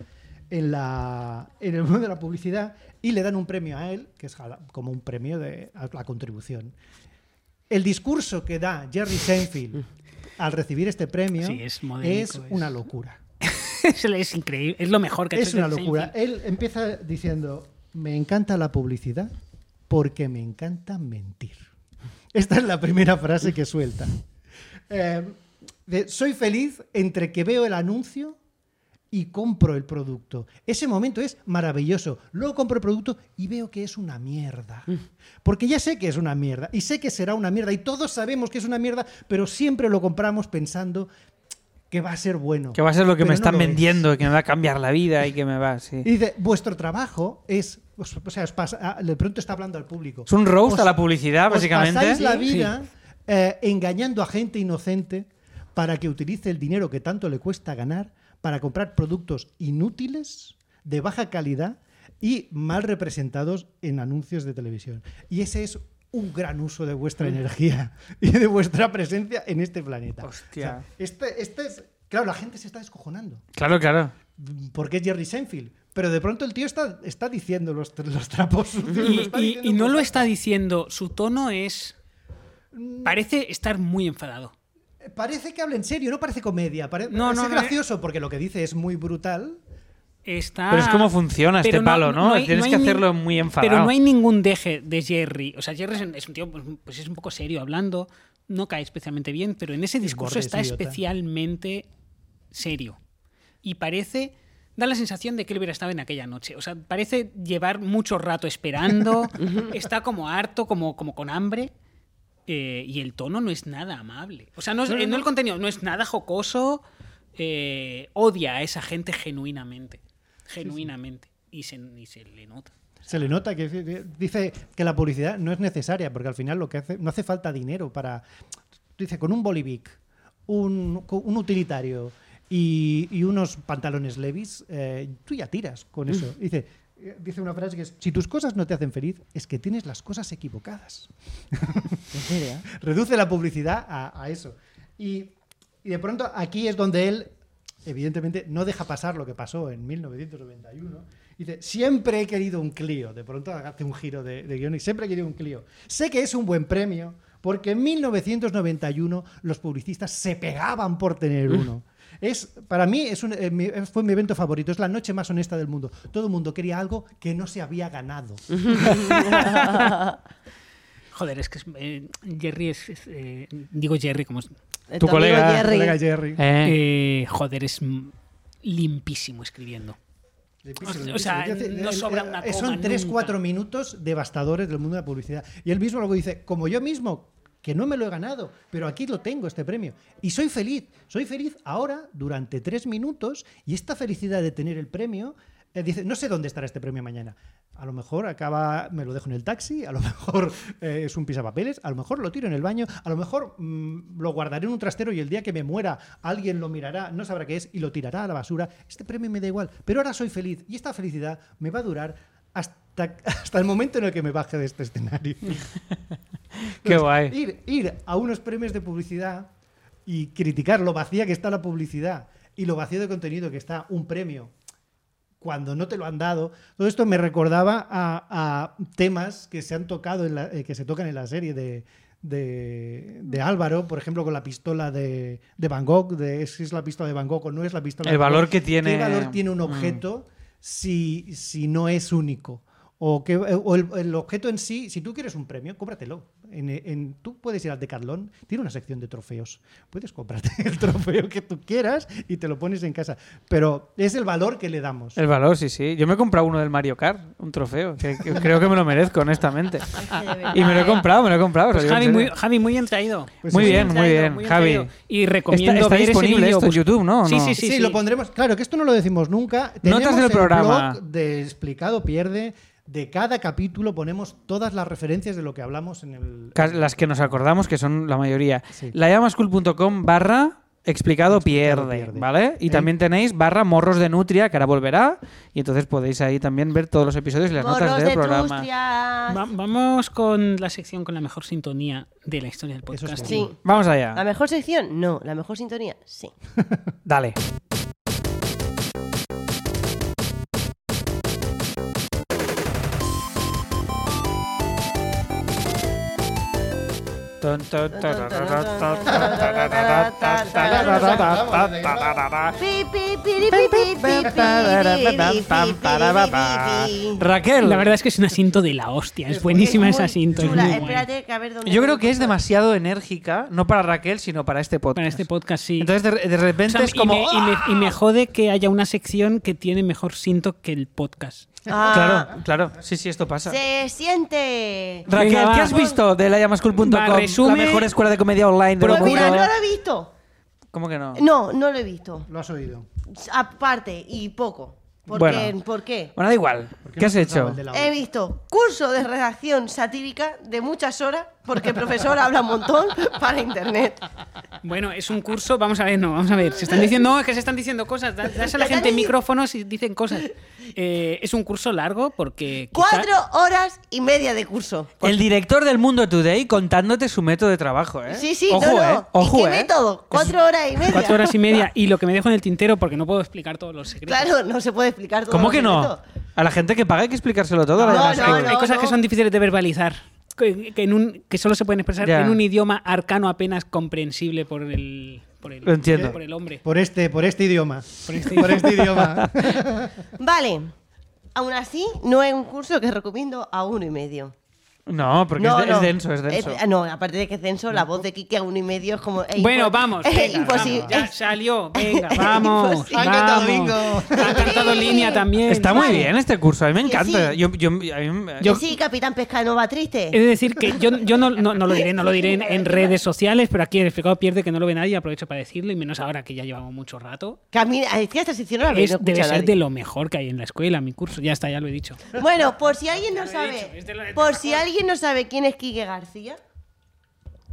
En, la, en el mundo de la publicidad y le dan un premio a él, que es a la- como un premio de a la contribución. El discurso que da Jerry Seinfeld al recibir este premio
Mm. Sí, es modélico,
es
es-
una locura.
es, es increíble, es lo mejor que ha
Es
hecho este
una
Jerry
locura.
Seinfeld.
Él empieza diciendo, me encanta la publicidad porque me encanta mentir. Esta es la primera frase que suelta. Eh, de, soy feliz entre que veo el anuncio y compro el producto. Ese momento es maravilloso. Luego compro el producto y veo que es una mierda.
Mm.
Porque ya sé que es una mierda y sé que será una mierda y todos sabemos que es una mierda, pero siempre lo compramos pensando que va a ser bueno.
Que va a ser lo que
Pero
me
no
están
lo es.
vendiendo y que me va a cambiar la vida y que me va, sí.
Y dice, vuestro trabajo es. os- O sea, os pasa- ah, de pronto está hablando al público.
Es un roast
Os-
a la publicidad, básicamente.
Os pasáis la
Sí.
vida eh, engañando a gente inocente para que utilice el dinero que tanto le cuesta ganar para comprar productos inútiles, de baja calidad y mal representados en anuncios de televisión. Y ese es un gran uso de vuestra energía [laughs] y de vuestra presencia en este planeta.
Hostia.
O sea, este, este es, claro, la gente se está descojonando
Claro, claro.
porque es Jerry Seinfeld. Pero de pronto el tío está, está diciendo los, [laughs] tra- los trapos sucios, lo está
Y, y-
diciendo
y no
con-
lo está diciendo, su tono es...
Mm.
Parece estar muy enfadado.
Parece que habla en serio, no parece comedia. pare-
No,
parece
no, eh. no,
gracioso porque lo que dice es muy brutal.
Está...
Pero es como funciona este
Ah, Pero
palo, ¿no?
hay-
Tienes
hay
que
ni-
hacerlo muy enfadado.
Pero no hay ningún deje de Jerry. O sea, Jerry es un, es un tío, pues, pues es un poco serio hablando, no cae especialmente bien, pero en ese discurso
borde es
está
idiota.
especialmente serio. Y parece. Da la sensación de que él hubiera estado en aquella noche. O sea, parece llevar mucho rato esperando, [laughs] está como harto, como, como con hambre. eh, y el tono no es nada amable. O sea, no, es-
No, no,
eh, no
no.
el contenido, no es nada jocoso. eh, odia a esa gente genuinamente. Genuinamente. Y, se, y se le nota.
Se le nota que dice que la publicidad no es necesaria porque al final lo que hace no hace falta dinero para dice con un bolivic, un, con un utilitario y, y unos pantalones Levis eh, tú ya tiras con eso. Dice eh, dice una frase que es si tus cosas no te hacen feliz es que tienes las cosas equivocadas. reduce la publicidad a, a eso. Y, y de pronto aquí es donde él, evidentemente, no deja pasar lo que pasó en 1991. Dice, siempre he querido un Clio. De pronto hace un giro de, de guion y siempre he querido un Clio. Sé que es un buen premio porque en 1991 los publicistas se pegaban por tener uno. Es, para mí es un- eh, mi- fue mi evento favorito, es la noche más honesta del mundo. Todo el mundo quería algo que no se había ganado.
Joder, es que es- eh, Jerry es. es, eh, digo Jerry como. es-
Eh,
Tu
amigo
colega-
Jerry.
Colega Jerry.
Eh,
eh, joder, es mm, limpísimo escribiendo.
Difícil,
O
difícil.
sea,
Yo te-
no sobra una
eh,
coma
Son 3,
nunca.
4 minutos devastadores del mundo de la publicidad. Y él mismo luego dice, como yo mismo, que no me lo he ganado, pero aquí lo tengo, este premio. Y soy feliz, soy feliz ahora durante 3 minutos y esta felicidad de tener el premio... eh, Dice, no sé dónde estará este premio mañana. A lo mejor acaba, me lo dejo en el taxi, a lo mejor [laughs] eh, es un pisapapeles, a lo mejor lo tiro en el baño, a lo mejor mm, lo guardaré en un trastero y el día que me muera alguien lo mirará, no sabrá qué es y lo tirará a la basura. Este premio me da igual, pero ahora soy feliz y esta felicidad me va a durar hasta, [laughs] hasta el momento en el que me baje de este escenario.
Qué
Entonces,
guay.
Ir, ir a unos premios de publicidad y criticar lo vacía que está la publicidad y lo vacío de contenido que está un premio cuando no te lo han dado. Todo esto me recordaba a, a temas que se han tocado, en la- eh, que se tocan en la serie de, de- de Álvaro, por ejemplo, con la pistola de, de Van Gogh, de si es la pistola de Van Gogh o no es la pistola de
El
Van
valor
Gogh.
que tiene-
¿Qué valor tiene un
Mm.
objeto si, si no es único? O, que, eh, o el, el objeto en sí, si tú quieres un premio, cómpratelo. En, en- tú puedes ir al Decathlon, tiene una sección de trofeos. Puedes comprarte [laughs] el trofeo que tú quieras y te lo pones en casa. Pero es el valor que le damos.
El valor, sí, sí. Yo me he comprado uno del Mario Kart, un trofeo, que, [laughs] que creo que me lo merezco, honestamente.
Es que de verdad,
Y me lo he
eh.
comprado, me lo he comprado. os
Pues
lo digo en
Javi, muy,
serio.
Javi, muy bien traído.
Pues
Muy
sí,
bien,
bien
muy
traído,
bien,
muy bien
Javi.
traído. Y recomiendo
¿Está, está
ver ese
disponible
vídeo,
esto en
bus-
YouTube, no? ¿O
Sí,
no?
sí,
Sí,
sí.
lo pondremos. Claro, que esto no lo decimos nunca.
Notas
Tenemos
del
el
programa.
blog de Explicado Pierde. De cada capítulo ponemos todas las referencias de lo que hablamos en el.
Ca- Las que nos acordamos, que son la mayoría.
Sí.
Layamascool.com barra explicado pierde,
pierde.
¿vale? Y
¿Eh?
también tenéis barra morros de nutria, que ahora volverá, y entonces podéis ahí también ver todos los episodios y las notas
Morros
del
de
programa.
trustias.
Va- vamos con la sección con la mejor sintonía de la historia del
Eso es
podcast.
bueno.
Sí.
Vamos
¿La
allá,
mejor sección? No. ¿La mejor sintonía? Sí.
dale. Ton, ton, ton,
Ton, ton,
ton,
ton,
ton,
ton,
ton, ton,
Pi, pi, piri, pi, pi, pi, pi, pi, pi, pi, pi, pi.
Raquel,
La verdad es que es un asinto de la hostia. Es buenísima
Es
esa
muy
asinto. es
chula.
muy guay.
Espérate, que a ver dónde
yo
lo
creo que es
encuentro.
demasiado enérgica, no para Raquel, sino para este podcast.
Para este podcast sí.
Entonces, de, de
O
repente
sea,
es como. ¡ah!
y, me, y me- y me jode que haya una sección que tiene mejor cinto que el podcast.
Ah,
Claro, claro, sí, sí, esto pasa.
Se siente.
Raquel,
Venga,
¿qué
va.
has visto de layamascool.com?
Va,
La
resume-
mejor escuela de comedia online del
Pues mira, no
mundo.
lo he visto.
¿Cómo que no?
No, no lo he visto.
Lo has oído.
Aparte, y poco. ¿Por
Bueno.
qué? ¿Por qué?
Bueno, da igual.
¿Por
¿Qué
no
has
has usado
hecho?
el de la
He
voz?
visto curso de redacción satírica de muchas horas, porque el profesor habla un montón para internet.
Bueno, es un curso, vamos a ver, no, vamos a ver. Se están diciendo, no, es que se están diciendo cosas. da- Das a la
Están
gente
dic-
micrófonos y dicen cosas. Eh, es un curso largo porque. quizá-
Cuatro horas y media de curso.
El director del Mundo Today contándote su método de trabajo, ¿eh?
Sí, sí,
ojo,
no, no.
¿eh? Ojo,
¿Y qué
¿eh?
método? Cuatro horas y media.
Cuatro horas y media. Y lo que me dejo en el tintero, porque no puedo explicar todos los
[laughs]
secretos.
Claro, no se puede explicar todo.
¿Cómo que no?
completo.
A la gente que paga hay que explicárselo todo. a la
No,
Llamas
no,
Cool.
hay, hay cosas que
no.
son difíciles de verbalizar. Que, que en un, que solo se pueden expresar
Ya.
en un idioma arcano apenas comprensible por el, por el,
Lo entiendo.
por el hombre.
Por este, por este idioma.
Por este
Por
[laughs]
este idioma.
Vale. Aún así, no es un curso que recomiendo a uno y medio.
No, porque
No,
es, de-
no.
es denso, es denso.
ah, no, aparte de que es denso, la voz de Kike a uno y medio es como. es
Bueno,
impo-
vamos.
[laughs] Es
venga,
imposible.
vamos, Ya salió. Venga, vamos.
Imposible.
Ha encantado
vamos.
bingo.
Ha encantado línea también.
Está muy bien este curso, a mí me
Que
encanta.
sí.
Yo, yo- a mí me-
Que sí, Capitán Pescanova triste.
Es decir, que yo, yo no, no- no lo diré, no lo diré en, en redes sociales, pero aquí el explicado pierde que no lo ve nadie, aprovecho para decirlo, y menos ahora que ya llevamos mucho rato.
Que a mí, es que esta sección no la habéis
Es, debe
escuchado
ser
nadie.
de lo mejor que hay en la escuela, mi curso. Ya está, ya lo he dicho.
Bueno, por si
[laughs]
alguien
Ya
no
lo he dicho,
sabe,
es de lo de
por
Tapajós.
si alguien no sabe quién es Quique García,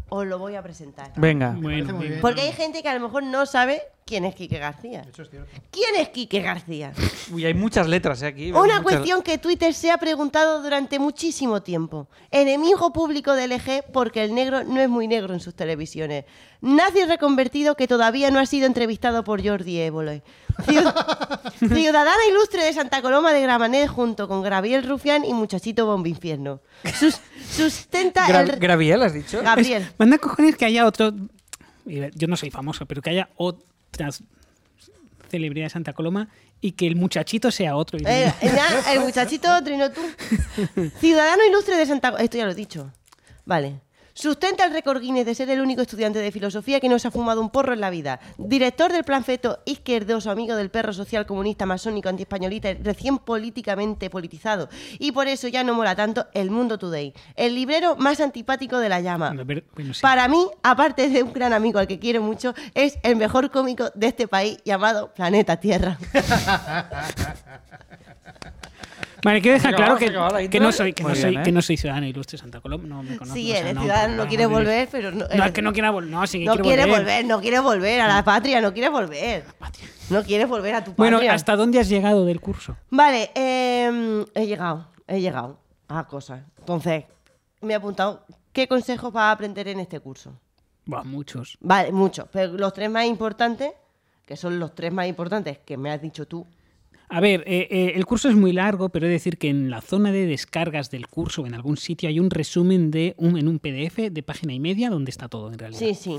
os lo voy a presentar.
Venga.
Bueno,
muy
venga.
bien.
Porque hay gente que a lo mejor no sabe quién es Quique García.
Eso es cierto.
¿Quién es Quique García?
Uy, hay muchas letras eh, aquí.
Una
Muchas-
cuestión que Twitter se ha preguntado durante muchísimo tiempo. Enemigo público del eje porque el negro no es muy negro en sus televisiones. Nazi reconvertido que todavía no ha sido entrevistado por Jordi Évole.
[laughs]
Ciu- Ciudadana ilustre de Santa Coloma de Gramanet junto con Gabriel Rufián y Muchachito Bomba Infierno. Sus- sustenta
Gra-
el...
Graviel, has dicho.
Gabriel.
Manda cojones que haya otro. y ver, Yo no soy famoso, pero que haya otras celebridad de Santa Coloma y que el muchachito sea otro. Y-
Eh, na, el muchachito trino tú. Ciudadano ilustre de Santa Esto ya lo he dicho. Vale. Sustenta el récord Guinness de ser el único estudiante de filosofía que no se ha fumado un porro en la vida. Director del plan feto izquierdoso, amigo del perro social comunista masónico antiespañolita, recién políticamente politizado. Y por eso ya no mola tanto El Mundo Today. El librero más antipático de la llama.
Bueno, pero- bueno, sí.
Para mí, aparte de un gran amigo al que quiero mucho, es el mejor cómico de este país llamado Planeta Tierra.
Vale, quiero dejar
Se
claro
acabó,
que,
se acabó la
que
intro.
no soy que no
Muy
soy,
bien, ¿eh?
que no soy ciudadano ilustre de Santa Coloma. No me conozco.
Sí,
o sea,
eres
no,
ciudadano,
para
no quiere
nada,
volver, pero no.
No, es que no quiera volver. No, sí que
No
quiero
quiere volver.
volver.
no quiere volver a la patria, no quiere volver. No quiere volver a tu patria.
Bueno, ¿hasta dónde has llegado del curso?
Vale, em, he llegado, he llegado a cosas. Entonces, me he apuntado, ¿qué consejos vas a aprender en este curso?
Buah, muchos.
Vale, muchos, pero los tres más importantes, que son los tres más importantes que me has dicho tú.
A ver, eh, eh, el curso es muy largo, pero he de decir que en la zona de descargas del curso o en algún sitio hay un resumen de un, en un PDF de página y media donde está todo en realidad.
Sí, sí.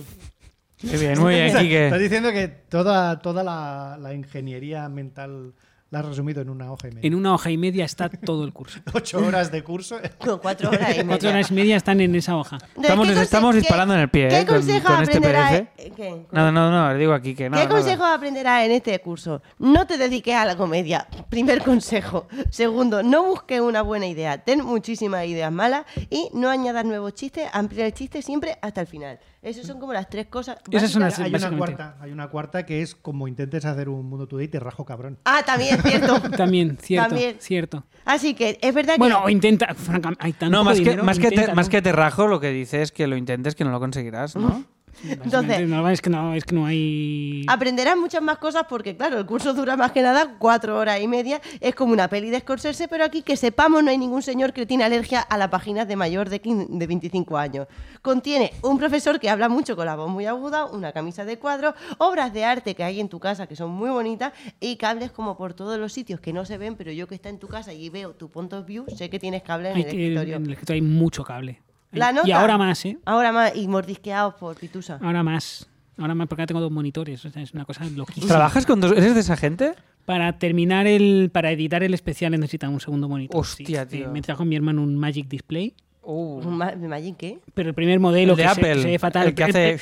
Muy
Eh,
bien, muy bien,
Estás
Quique.
diciendo que toda, toda la, la ingeniería mental la has resumido en una hoja y media.
En una hoja y media está todo el curso.
[laughs] Ocho horas de curso.
Con cuatro
[laughs]
horas y [laughs] media.
Cuatro horas y media están en esa hoja.
Entonces,
Estamos-
¿qué
nos estamos
conse- qué-
disparando en el pie,
¿Qué
eh, con-
consejos
con este
aprenderá-
PDF?
eh, ¿qué?
No, no, no, le digo a Quique. No,
¿Qué
no, no.
consejos aprenderás en este curso? No te dediques a la comedia. [laughs] Primer consejo. Segundo, no busques una buena idea. Ten muchísimas ideas malas y no añadas nuevos chistes. Ampliar el chiste siempre hasta el final. Esas son como las tres cosas.
Esas son
básicas.
Sí,
hay una
básicamente.
cuarta, hay una cuarta que es como intentes hacer un mundo today te rajo cabrón.
Ah, también es cierto.
[laughs] También, cierto.
También.
cierto.
Así que es verdad que.
Bueno, o intenta, Franca, hay tanto
No, más que,
dinero,
más, que te,
inténtalo.
más que te rajo, lo que dices es que lo intentes, que no lo conseguirás, ¿no?
Entonces- Ah,
no, es que no, es que no hay.
Aprenderás muchas más cosas porque, claro, el curso dura más que nada cuatro horas y media. Es como una peli de Scorsese, pero aquí que sepamos no hay ningún señor que tiene alergia a las páginas de mayor de, 15 de 25 años. Contiene un profesor que habla mucho con la voz muy aguda, una camisa de cuadros, obras de arte que hay en tu casa que son muy bonitas y cables como por todos los sitios que no se ven, pero yo que está en tu casa y veo tu punto de view, sé que tienes cables en
hay
el
que-
escritorio.
en el escritorio hay mucho cable.
La nota.
Y ahora más, ¿eh? Ah,
Ahora más, y mordisqueados por Pitusa.
Ahora más. Ahora más, porque ahora tengo dos monitores. o sea, es una cosa loquísima.
Pues ¿Trabajas con dos? ¿Eres de esa gente?
Para terminar el. Para editar el especial necesitaba un segundo monitor.
Hostia,
sí.
tío.
Eh, me trajo mi hermano un Magic Display.
Uh,
Ma- Imagine qué.
Pero el primer modelo
el de
que se-
Apple.
se ve fatal.
El que
El-
[laughs]
hace.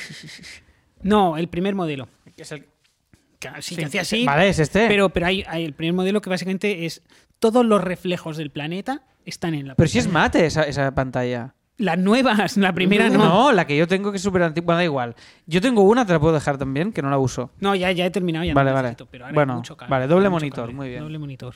No, el primer modelo.
que es el-
Que Sí, que hacía así.
Vale, es este.
Pero, pero hay, hay el primer modelo que básicamente es todos los reflejos del planeta están en la
Pero si es
pantalla.
mate esa, esa pantalla.
Las nuevas, [laughs] la primera no. No,
la que yo tengo que es súper antigua. Da igual. Yo tengo una, te la puedo dejar también, que no la uso.
ya, ya he terminado. Ya no
Vale,
lo
vale.
necesito, pero ahora
Bueno,
hay mucho cable,
vale, doble
hay mucho
monitor,
cable,
muy bien.
Doble monitor.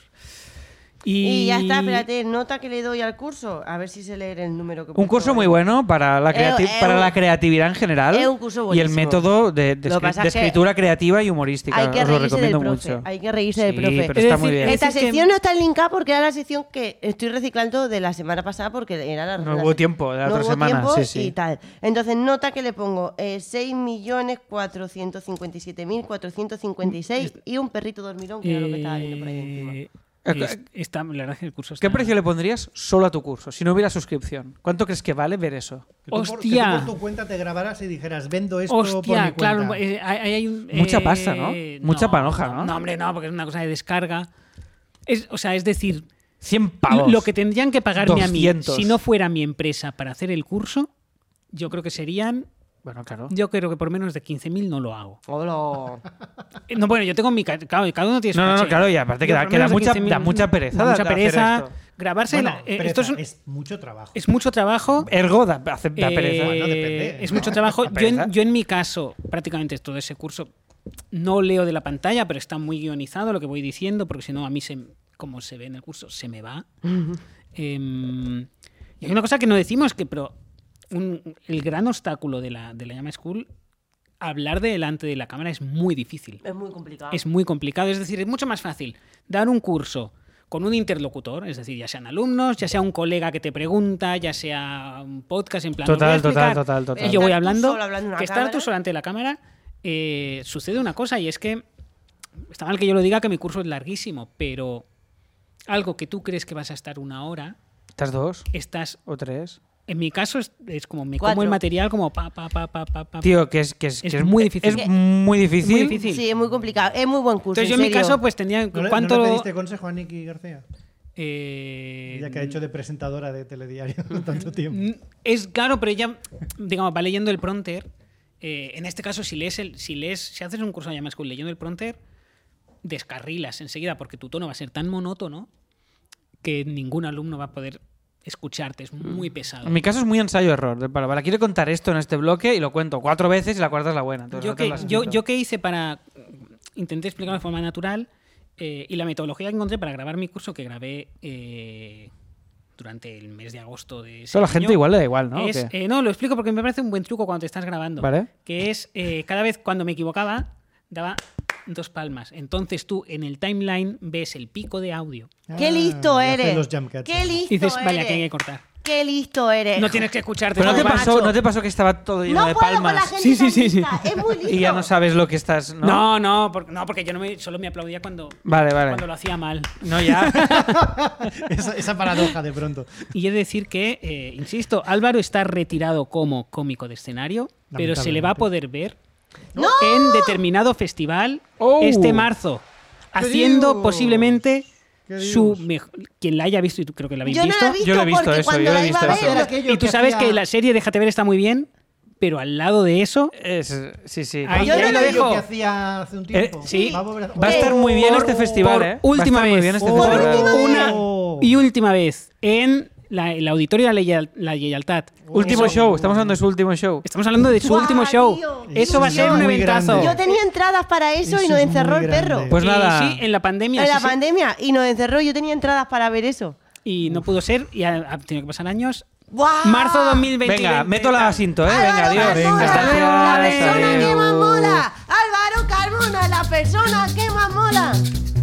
Y...
Y...
ya está,
Mm.
espérate, nota que le doy al curso. A ver si se lee el número que
Un
puso
curso
ahí.
muy bueno para la, creati-
Eh, eh,
para
un-
la creatividad en general.
eh, un curso
y el
buenísimo.
método de, de
Lo
escri-
pasa
de
es que
escritura creativa y humorística.
Hay que
Os lo
reírse del
recomiendo
profe.
mucho.
Hay que reírse del
Sí,
profe.
pero está
Es
muy
decir,
bien.
es-
Esta
que-
sección no está linkada porque era la sección que estoy reciclando de la semana pasada porque era la
No
la
hubo
sec-
tiempo de la
no
otra
hubo
semana,
tiempo
sí, sí.
y tal. Entonces, nota que le pongo eh, 6.457.456 y un perrito dormilón, que era lo que estaba viendo por ahí encima.
Eh,
encima.
es- está, la verdad es que el curso está...
¿Qué precio le pondrías solo a tu curso, si no hubiera suscripción? ¿Cuánto crees que vale ver eso?
Que tú por- que tú
Hostia.
por tu cuenta te grabaras y dijeras, vendo esto por mi
Hostia,
cuenta.
claro. eh, hay, hay un-
Mucha pasta, ¿no? Mucha panoja, ¿no?
No, hombre, no, porque es una cosa de descarga. Es, o sea, es decir,
100 pavos.
Lo que tendrían que pagarme a
200.
mí, si no fuera mi empresa para hacer el curso, yo creo que serían.
Bueno, claro.
Yo creo que por menos de 15.000 no lo hago.
Hola.
Eh, No, bueno, yo tengo mi. ca- Claro, cada uno tiene su
No, no, no,
caché.
claro, y aparte que
Yo
da-
por
que
menos
da
de
mucha-
15.000
da mucha pereza
da mucha
hacer
pereza.
esto.
Grabarse.
Bueno,
la- eh,
pereza,
esto es, un-
es mucho trabajo.
es mucho trabajo.
Ergo, da, hace- da
Eh,
pereza.
Bueno, depende.
Es mucho trabajo.
Da
Yo en,
pereza.
yo en mi caso, prácticamente todo ese curso no leo de la pantalla, pero está muy guionizado lo que voy diciendo, porque si no, a mí, se, como se ve en el curso, se me va. Em, y hay una cosa que no decimos, que pero un- el gran obstáculo de la, de la Llama School, hablar de delante de la cámara es muy difícil.
Es muy complicado.
Es muy complicado. Es decir, es mucho más fácil dar un curso con un interlocutor, es decir, ya sean alumnos, ya sea un colega que te pregunta, ya sea un podcast en plan. "Os voy a
Total, total,
explicar".
total, total.
Y yo voy
Estar tú
hablando,
solo hablando en una
que estar tú
cámara.
solo ante la cámara, eh, sucede una cosa y es que está mal que yo lo diga que mi curso es larguísimo, pero algo que tú crees que vas a estar una hora,
¿Estás dos
estás,
o tres?
en mi caso es, es como me como
Cuatro.
el material como pa pa pa pa pa pa.
Tío, que es, que es,
Ah, Es
que es eh,
muy difícil.
Es muy difícil.
muy difícil.
Sí, es muy complicado. Es muy buen curso.
Entonces yo en mi caso pues tenía
¿No le,
cuánto
¿No le pediste consejo a Nicky García?
eh,
Ya que ha hecho de presentadora de telediario [laughs] tanto tiempo.
Mm, Es claro, pero ella, digamos, va leyendo el pronter. Eh, en este caso, si lees, el, si lees, si haces un curso de Llama School leyendo el pronter, descarrilas enseguida porque tu tono va a ser tan monótono que ningún alumno va a poder escucharte. Es muy pesado.
En mi caso es muy ensayo-error. del palo, Vale, quiero contar esto en este bloque y lo cuento cuatro veces y la cuarta es la buena. Entonces,
yo,
no te
que,
las
yo,
quito.
yo que hice para. Intenté explicarlo de forma natural eh, y la metodología que encontré para grabar mi curso que grabé eh, durante el mes de agosto de. ese
Eso a la gente
año,
igual le da igual, ¿no? ¿O
es-
qué?
eh, no, lo explico porque me parece un buen truco cuando te estás grabando.
Vale.
Que es eh, cada vez cuando me equivocaba, daba dos palmas. Entonces tú en el timeline ves el pico de audio.
¡Qué
Ah,
listo
y hace
eres!
los jump cuts.
¡Qué
Y
listo
dices,
eres!
vale, aquí hay que cortar.
¡Qué listo eres!
No tienes que escucharte.
Pero no te,
Joder,
pasó,
macho.
no te pasó que estaba todo lleno
No
de
puedo con la
palmas
gente
Sí, sí, sí, sí.
tan lista. Es muy
[laughs]
listo.
y ya no sabes lo que estás. No,
No, no, por- no, porque yo no me, solo me aplaudía cuando,
Vale, vale.
cuando lo hacía mal.
No, ya.
[laughs]
[laughs]
esa, esa paradoja de pronto.
Y he de decir que, eh, insisto, Álvaro está retirado como cómico de escenario, pero se le va a poder ver en determinado festival
¡Oh!
este marzo, haciendo
Dios!
posiblemente
¡Qué
su
Dios!
mejor... Quien la haya visto, y tú creo que la habéis
Yo no
visto.
la he visto,
Yo lo he visto
porque
eso,
cuando
yo lo he
la iba a
visto
ver...
eso.
y
aquello
tú
que
sabes
hacía-
que la serie Déjate ver está muy bien, pero al lado de eso...
Es- sí, sí.
Ahí-
Yo
Yo no
no
lo
lo
dejo.
que hacía hace un tiempo.
Eh,
sí.
Va a volver
Va a estar muy bien
Por-
este festival,
por
¿eh?
última
Va a estar muy
vez.
bien este
Por
festival.
última vez.
Una
Oh.
y última vez en la, el auditorio de la, Lleial- la Lleialtat.
Último
Eso-
show, estamos hablando de su último show.
Estamos hablando de su
Guau,
último show.
tío.
Eso va a
Eso
ser
es
un
muy
eventazo.
grande.
Yo tenía entradas para eso,
Eso
y nos
es
encerró
muy
el perro.
grande.
Pues
Eh,
nada.
sí, en la pandemia.
en la
sí, sí.
pandemia. Y nos encerró. Yo tenía entradas para ver eso.
Y no pudo ser y ha, ha tenido que pasar años.
¡Guau!
Marzo 2020.
Venga, meto la cinto, ¿eh? Venga,
Álvaro
adiós.
Carmona,
Hasta luego.
La
Hasta
persona
luego.
que más mola. Álvaro Carmona, la persona que más mola.